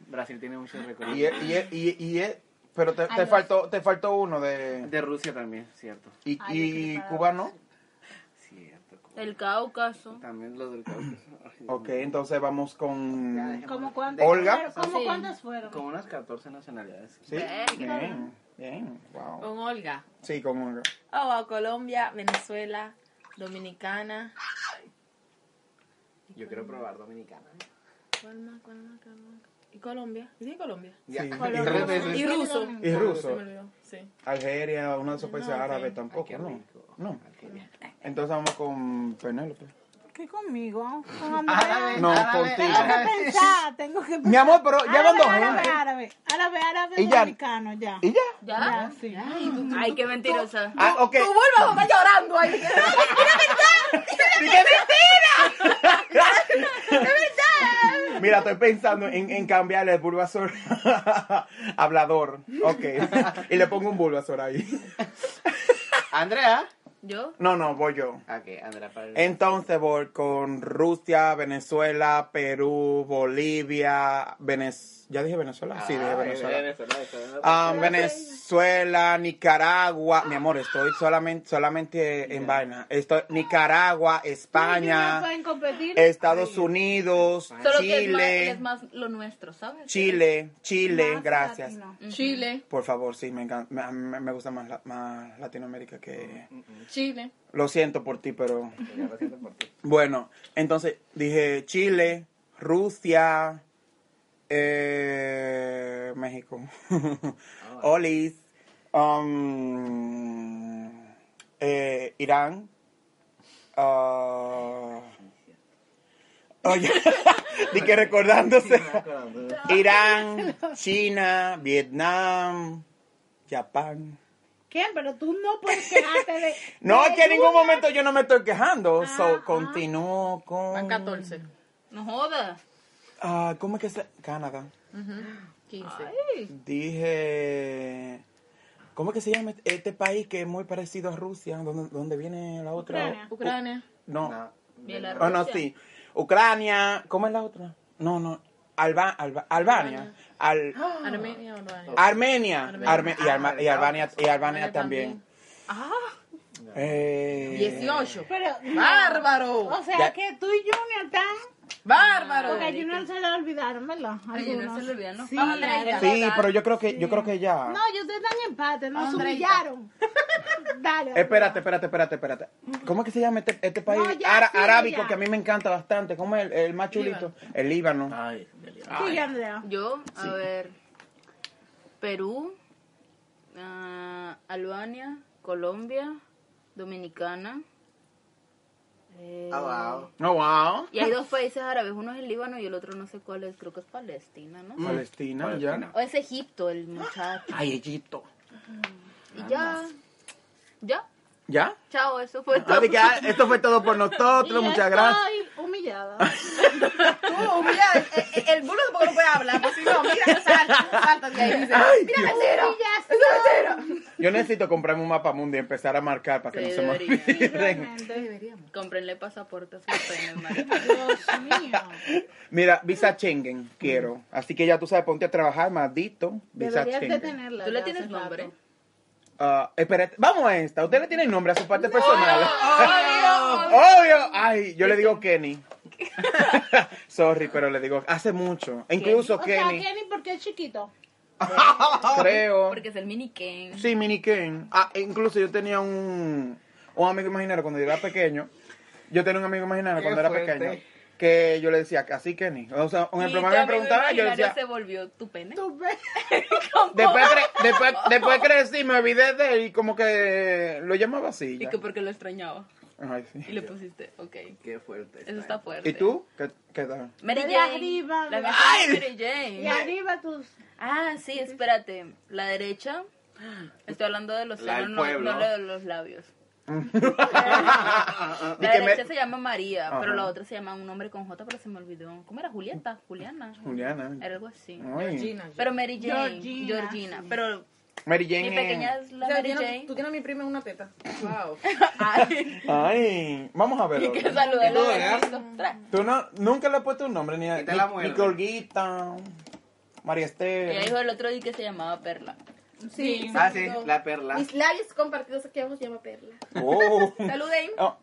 Speaker 3: Brasil tiene muchos récords.
Speaker 2: Y, e, y, y, y, y- pero te, te
Speaker 4: Adiós.
Speaker 2: faltó te faltó uno de
Speaker 3: De Rusia también, cierto.
Speaker 2: y,
Speaker 4: Ay, yo
Speaker 2: y
Speaker 4: creí para-
Speaker 2: Cuba no.
Speaker 3: Cierto. como-
Speaker 1: el Cáucaso.
Speaker 3: También los del Cáucaso. Ay, Dios
Speaker 2: Ok,
Speaker 3: mío.
Speaker 2: entonces vamos
Speaker 3: Ya,
Speaker 2: con
Speaker 3: dejemos-
Speaker 4: ¿Cómo cuántos?
Speaker 2: Olga.
Speaker 4: fueron? ¿Cómo
Speaker 1: Sí.
Speaker 4: cuántos fueron?
Speaker 3: Como unas 14 nacionalidades.
Speaker 2: Sí. Bien. Bien.
Speaker 1: Oh.
Speaker 2: Wow.
Speaker 5: Con Olga.
Speaker 2: Sí, con
Speaker 5: Oh, wow, Colombia, Venezuela, Dominicana.
Speaker 3: Yo quiero probar dominicana. ¿eh?
Speaker 5: ¿Cuál más? ¿Cuál más? ¿Cuál más? ¿Y Colombia? ¿Y sí, Colombia?
Speaker 3: Ya.
Speaker 2: Sí.
Speaker 3: Y tres veces.
Speaker 5: Y ruso.
Speaker 2: y
Speaker 5: Se me
Speaker 2: ruso,
Speaker 5: olvidó. Sí.
Speaker 2: Algeria, uno de esos países árabes
Speaker 3: Qué
Speaker 2: tampoco, no.
Speaker 3: rico.
Speaker 2: No.
Speaker 3: Qué bien.
Speaker 2: Entonces vamos con Penélope.
Speaker 4: ¿Qué conmigo? Con Andrea.
Speaker 3: Árabe,
Speaker 2: No,
Speaker 3: árabe,
Speaker 2: contigo.
Speaker 4: Tengo
Speaker 3: árabe.
Speaker 4: que pensar, tengo que pensar.
Speaker 2: Ah, Mi amor, pero
Speaker 4: Ah,
Speaker 2: ya van dos,
Speaker 4: Árabe,
Speaker 2: ¿eh?
Speaker 4: árabe, árabe, árabe,
Speaker 2: Y ya.
Speaker 4: dominicano, ya.
Speaker 2: ¿Y ya?
Speaker 1: ¿Ya?
Speaker 4: sí.
Speaker 1: Ay, qué mentirosa.
Speaker 2: Ah, ok.
Speaker 5: Tú vuelvas a estar llorando ahí.
Speaker 2: Mira, estoy pensando en, en cambiarle el Bulbasaur hablador. Ok. Y le pongo un Bulbasaur ahí.
Speaker 3: Andrea. Ah,
Speaker 1: ¿Yo?
Speaker 2: No, no, voy yo.
Speaker 3: Ok, Andrea para el-
Speaker 2: Entonces voy con Rusia, Venezuela, Perú, Bolivia, Venezuela. ¿Ya dije Venezuela? Sí, dije
Speaker 3: Ah,
Speaker 2: Venezuela.
Speaker 3: Venezuela, Venezuela.
Speaker 2: Ah, Venezuela, Nicaragua, mi amor, estoy solamente, solamente en vaina. Estoy, Nicaragua,
Speaker 4: No
Speaker 2: España,
Speaker 4: pueden competir.
Speaker 2: Estados Unidos,
Speaker 1: Solo que es más,
Speaker 2: Chile,
Speaker 1: es más lo nuestro, ¿sabes?
Speaker 2: Chile, Chile,
Speaker 4: Más
Speaker 2: gracias.
Speaker 4: latino.
Speaker 5: Chile,
Speaker 2: Por favor, sí, me, encanta, me- me, me gusta más, la- más Latinoamérica que...
Speaker 5: Chile.
Speaker 2: Lo siento por ti, pero...
Speaker 3: Ya lo siento por ti.
Speaker 2: Bueno, entonces dije Chile, Rusia, eh, México,
Speaker 3: Ah,
Speaker 2: Olis, um, eh, Irán. ah, oye, di que recordándose.
Speaker 3: Ah,
Speaker 2: Irán, China, Vietnam, Japón.
Speaker 4: ¿Qué? Pero tú no puedes quedarte de.
Speaker 2: No,
Speaker 4: de
Speaker 2: es que en ningún
Speaker 4: una.
Speaker 2: momento yo no me estoy quejando.
Speaker 4: Ajá.
Speaker 2: So, continúo con.
Speaker 5: Van 14.
Speaker 1: No jodas.
Speaker 2: Ah, ¿Cómo es que se.? Canadá.
Speaker 5: 15.
Speaker 2: Dije. ¿Cómo es que se llama este país que es muy parecido a Rusia? ¿Dónde, dónde viene la otra?
Speaker 4: Ucrania.
Speaker 5: Ucrania.
Speaker 2: No.
Speaker 3: No,
Speaker 1: Bielorrusia.
Speaker 2: Oh, no, sí. Ucrania. ¿Cómo es la otra? No, no. Alba, Alba- Albania. Al-
Speaker 5: Ah. Armenia, Urbania.
Speaker 2: Armenia. Arme- y, Alma- y Albania, y Albania
Speaker 5: Albania
Speaker 2: también.
Speaker 5: también.
Speaker 2: Eh,
Speaker 5: 18.
Speaker 4: Pero. no.
Speaker 5: ¡Bárbaro!
Speaker 4: O sea
Speaker 2: Ya.
Speaker 4: que tú y Junior están.
Speaker 5: ¡Bárbaro!
Speaker 4: Porque a Junior se le olvidaron, ¿verdad?
Speaker 1: Ay, Junior
Speaker 4: Algunos.
Speaker 1: se le olvidaron.
Speaker 4: Sí,
Speaker 1: Ah,
Speaker 4: la verdad.
Speaker 1: Andrea.
Speaker 2: Sí, pero yo creo que, yo creo que ya.
Speaker 4: No, ellos están en empate, nos
Speaker 5: Andreita.
Speaker 4: humillaron. Dale. Andrea.
Speaker 2: Espérate, espérate, espérate, espérate. ¿Cómo es que se llama este, este país
Speaker 4: No, ya,
Speaker 2: Ara-
Speaker 4: sí,
Speaker 2: arábico
Speaker 4: ya.
Speaker 2: que a mí me encanta bastante? ¿Cómo es el, el más chulito? El Líbano.
Speaker 3: Ay,
Speaker 4: Sí, Andrea.
Speaker 1: Yo, a ver. Perú, ah, Albania, Colombia, Dominicana. eh,
Speaker 2: Ah, No, wow.
Speaker 1: Y hay dos países árabes, uno es el Líbano y el otro no sé cuál es, creo que es Palestina,
Speaker 2: Mm.
Speaker 1: ¿no?
Speaker 2: Palestina,
Speaker 3: Mm. Palestina.
Speaker 1: O es Egipto, el muchacho.
Speaker 2: ya. Ay, Egipto.
Speaker 1: Y ya. ¿Ya?
Speaker 2: ¿Ya?
Speaker 1: Chao, eso fue todo.
Speaker 2: Así que, ah, esto fue todo por nosotros.
Speaker 4: Y ya
Speaker 2: Muchas gracias.
Speaker 4: Estoy humillada.
Speaker 5: Tú, mira, el, el bulo tampoco no puede hablar, pues si no, mira, salta, salta de ahí. Dice, mira, mentira, es mentira.
Speaker 2: Yo necesito comprarme un mapa mundi y empezar a marcar para que no se
Speaker 1: Sí,
Speaker 2: me
Speaker 1: debería.
Speaker 2: olvide.
Speaker 4: Realmente.
Speaker 1: Cómprenle pasaportes a sus penes, marica.
Speaker 4: Dios mío.
Speaker 2: Mira, visa Schengen quiero. Así que ya tú sabes, ponte a trabajar, maldito. Visa
Speaker 4: Deberías de
Speaker 2: Schengen.
Speaker 4: tenerla.
Speaker 1: ¿Tú le
Speaker 4: ya
Speaker 1: tienes
Speaker 4: hace
Speaker 1: nombre?
Speaker 4: rato.
Speaker 2: Ah, espérate, vamos a esta. Usted le tiene el nombre a su parte personal.
Speaker 5: Obvio.
Speaker 2: Obvio. Ay, yo le digo Kenny. Sorry, pero le digo hace mucho. Incluso
Speaker 4: O sea,
Speaker 2: Kenny,
Speaker 4: Kenny, porque es chiquito.
Speaker 2: creo.
Speaker 1: Porque es el mini Ken.
Speaker 2: Sí, mini Ken. Ah, e incluso yo tenía un, un amigo imaginario cuando yo era pequeño. Yo tenía un amigo imaginario
Speaker 3: Qué
Speaker 2: cuando era
Speaker 3: fuerte.
Speaker 2: pequeño. Que yo le decía, así Kenny. O sea, en el programa me preguntaba, yo le decía,
Speaker 1: se volvió tu pene?
Speaker 2: después, cre- después, después crecí, me olvidé de él y como que lo llamaba así.
Speaker 1: Y
Speaker 2: ya.
Speaker 1: que porque lo extrañaba.
Speaker 2: Ay, sí.
Speaker 1: Y le pusiste, ok.
Speaker 3: Qué fuerte.
Speaker 1: Eso está fuerte.
Speaker 2: ¿Y tú? ¿Qué, qué tal?
Speaker 1: Mary
Speaker 4: Mira
Speaker 1: Jane.
Speaker 4: arriba.
Speaker 1: La canción de Mary Jane.
Speaker 4: Y arriba tus.
Speaker 1: Ah, sí, espérate. La derecha. Estoy hablando de los
Speaker 3: La del
Speaker 1: senos, no,
Speaker 3: pueblo.
Speaker 1: no lo de los labios.
Speaker 2: Di
Speaker 1: La
Speaker 2: que me-
Speaker 1: derecha se llama María, pero
Speaker 2: Ajá.
Speaker 1: la otra se llama un nombre con J, pero se me olvidó. ¿Cómo era? Julieta, Juliana.
Speaker 2: Juliana.
Speaker 1: Era algo así.
Speaker 2: Ay.
Speaker 5: Gina,
Speaker 1: Pero Mary Jane, Georgina.
Speaker 4: Georgina.
Speaker 1: Pero
Speaker 2: Mary
Speaker 1: mi
Speaker 2: Jane. eh.
Speaker 1: pequeña es la Mary Jane.
Speaker 5: Tú tienes a mi prima en una teta. Wow.
Speaker 1: Ay,
Speaker 2: Ay, vamos a verlo.
Speaker 1: que saludé.
Speaker 3: Todo, ¿verdad?
Speaker 2: Tú no, nunca le has puesto un nombre ni a
Speaker 3: Y te la muerde.
Speaker 2: ni que Olguita, María
Speaker 1: Ella dijo
Speaker 2: Esther.
Speaker 1: el otro día que se llamaba Perla.
Speaker 5: Sí,
Speaker 3: Ah, sí, la perla.
Speaker 6: Mis labios compartidos aquí abajo se llama Perla.
Speaker 2: Oh.
Speaker 5: Saluden.
Speaker 2: Oh,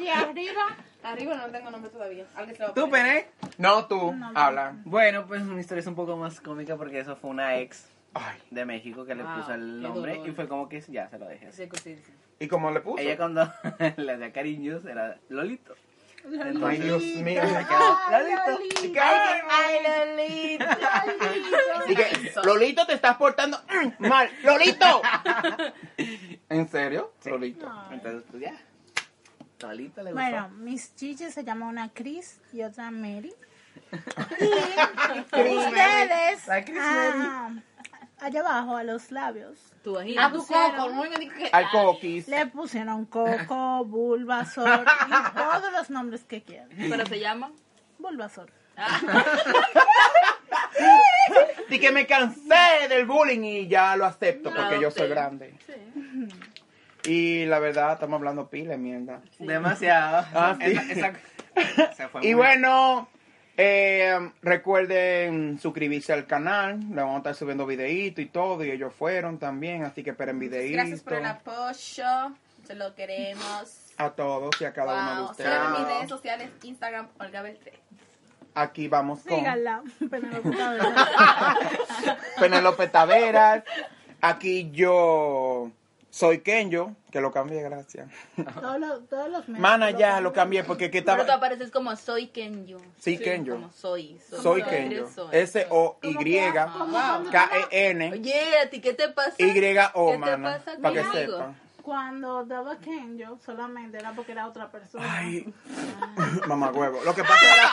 Speaker 4: Y arriba.
Speaker 5: Arriba no tengo nombre todavía. Alguien se lo va a
Speaker 3: ¿Tú,
Speaker 5: poner.
Speaker 3: pene?
Speaker 2: No, tú, habla.
Speaker 3: Bueno, pues mi historia es un poco más cómica porque eso fue una ex
Speaker 2: Ay,
Speaker 3: de México que le
Speaker 5: Wow,
Speaker 3: puso el
Speaker 5: qué
Speaker 3: nombre
Speaker 5: dolor.
Speaker 3: y fue como que ya se lo dejé así.
Speaker 5: Sí, que sí, sí.
Speaker 2: ¿Y cómo le puso?
Speaker 3: Ella cuando le hacía cariños era Lolito.
Speaker 2: Ay,
Speaker 3: Entonces,
Speaker 2: Dios mío.
Speaker 3: se quedó, Lolito.
Speaker 2: Y que, ay,
Speaker 5: Ay, Lolita.
Speaker 2: y que, Lolito, te estás portando mm, mal. ¡Lolito! ¿En serio? Lolito.
Speaker 3: Entonces, pues ya. Lolito le gustó.
Speaker 4: Bueno, mis chiches se llama una Chris y otra Mary. Y
Speaker 3: Chris
Speaker 4: ustedes.
Speaker 3: La Chris
Speaker 4: ah, allá abajo, a los labios.
Speaker 1: Tu
Speaker 5: A
Speaker 1: vagina.
Speaker 5: tu coco, no me dijo que.
Speaker 2: Al coquis.
Speaker 4: Le pusieron Coco, Bulbasaur y todos los nombres que quieran.
Speaker 1: Pero se llama.
Speaker 4: Bulbasaur.
Speaker 2: Y que me cansé del bullying y ya lo acepto
Speaker 1: No,
Speaker 2: porque yo soy
Speaker 1: sí.
Speaker 2: grande. Y la verdad, estamos hablando pila, de mierda.
Speaker 3: Demasiado.
Speaker 2: Ah, sí.
Speaker 3: Esa- esa- se fue
Speaker 2: Y
Speaker 3: muy-
Speaker 2: bueno, eh, recuerden suscribirse al canal. Le vamos a estar subiendo videíto y todo. Y ellos fueron también, así que esperen videíto.
Speaker 5: Gracias por el apoyo. Se lo queremos.
Speaker 2: A todos y a cada uno de
Speaker 5: Wow.
Speaker 2: ustedes.
Speaker 5: Síganme en mis redes sociales: Instagram, Olga Beltré.
Speaker 2: Aquí vamos con
Speaker 4: Síganla. Penelope Cabrera.
Speaker 2: Penelope Taveras. Aquí yo soy Kenyo, que lo cambié, gracias.
Speaker 4: Todos los, todos los meses.
Speaker 2: Mana, ya lo cambié porque que
Speaker 1: Pero tú
Speaker 2: estaba...
Speaker 1: apareces como soy Kenyo.
Speaker 2: Sí, Kenyo.
Speaker 1: Como soy.
Speaker 2: Soy Kenyo. S-O-Y-K-E-N.
Speaker 1: Oye, ¿a ti qué te pasa? ¿Qué
Speaker 2: Y-O,
Speaker 1: te
Speaker 2: mana.
Speaker 1: pasa
Speaker 2: Para que
Speaker 1: conmigo?
Speaker 2: sepan.
Speaker 4: Cuando daba Kenjo, solamente era porque era otra persona.
Speaker 2: Ay, mamá huevo. Lo que pasa era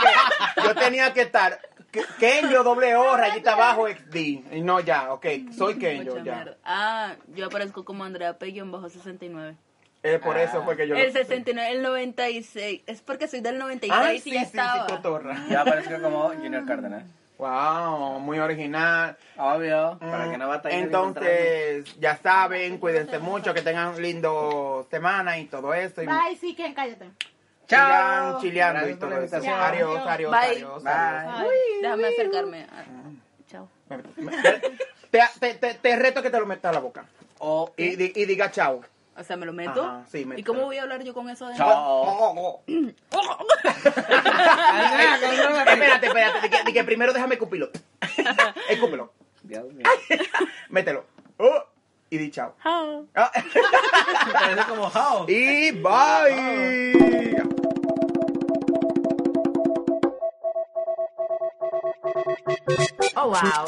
Speaker 2: que yo tenía que estar. que- Kenyo doble O, rayita abajo, XD. Y no, ya, ok. Soy Kenyo,
Speaker 1: Mucha
Speaker 2: ya.
Speaker 1: mierda. Ah, yo aparezco como Andrea Pellón bajo 69.
Speaker 2: Eh, por eso fue que yo.
Speaker 1: El 69, el 96. Es porque soy del 96
Speaker 2: Ah,
Speaker 1: y
Speaker 2: sí, sí,
Speaker 1: ya
Speaker 2: sí,
Speaker 1: estaba.
Speaker 2: cotorra.
Speaker 3: Yo aparezco como Junior Cárdenas.
Speaker 2: Wow, muy original.
Speaker 3: Obvio, para
Speaker 2: Mm,
Speaker 3: que no batallen. en encontrarme.
Speaker 2: Entonces, ya saben, cuídense mucho, que tengan lindo semana y todo eso. Y
Speaker 4: Bye, sí, Ken, cállate.
Speaker 2: sigan
Speaker 3: Chao.
Speaker 2: chileando y
Speaker 3: Gracias por
Speaker 2: todo
Speaker 3: la
Speaker 2: eso.
Speaker 3: invitación.
Speaker 2: Adiós, adiós,
Speaker 1: Bye.
Speaker 2: adiós.
Speaker 3: Bye.
Speaker 2: adiós.
Speaker 1: Ay, déjame acercarme. Ah, Chao.
Speaker 2: Te, te- te- te reto que te lo metas a la boca.
Speaker 3: O
Speaker 2: Y, di- y diga chao.
Speaker 1: O sea, me lo meto.
Speaker 2: Ajá, sí,
Speaker 1: ¿Y
Speaker 2: mételo.
Speaker 1: cómo voy a hablar yo con eso? de-
Speaker 3: Chao. Andrea,
Speaker 2: espérate, espérate, espérate. De que, de que primero déjame escupirlo. Escúpelo.
Speaker 3: Dios mío.
Speaker 2: Mételo. Oh, y di chao.
Speaker 1: Chao.
Speaker 2: Ah,
Speaker 3: Parece como How.
Speaker 2: y bye.
Speaker 5: Oh, wow.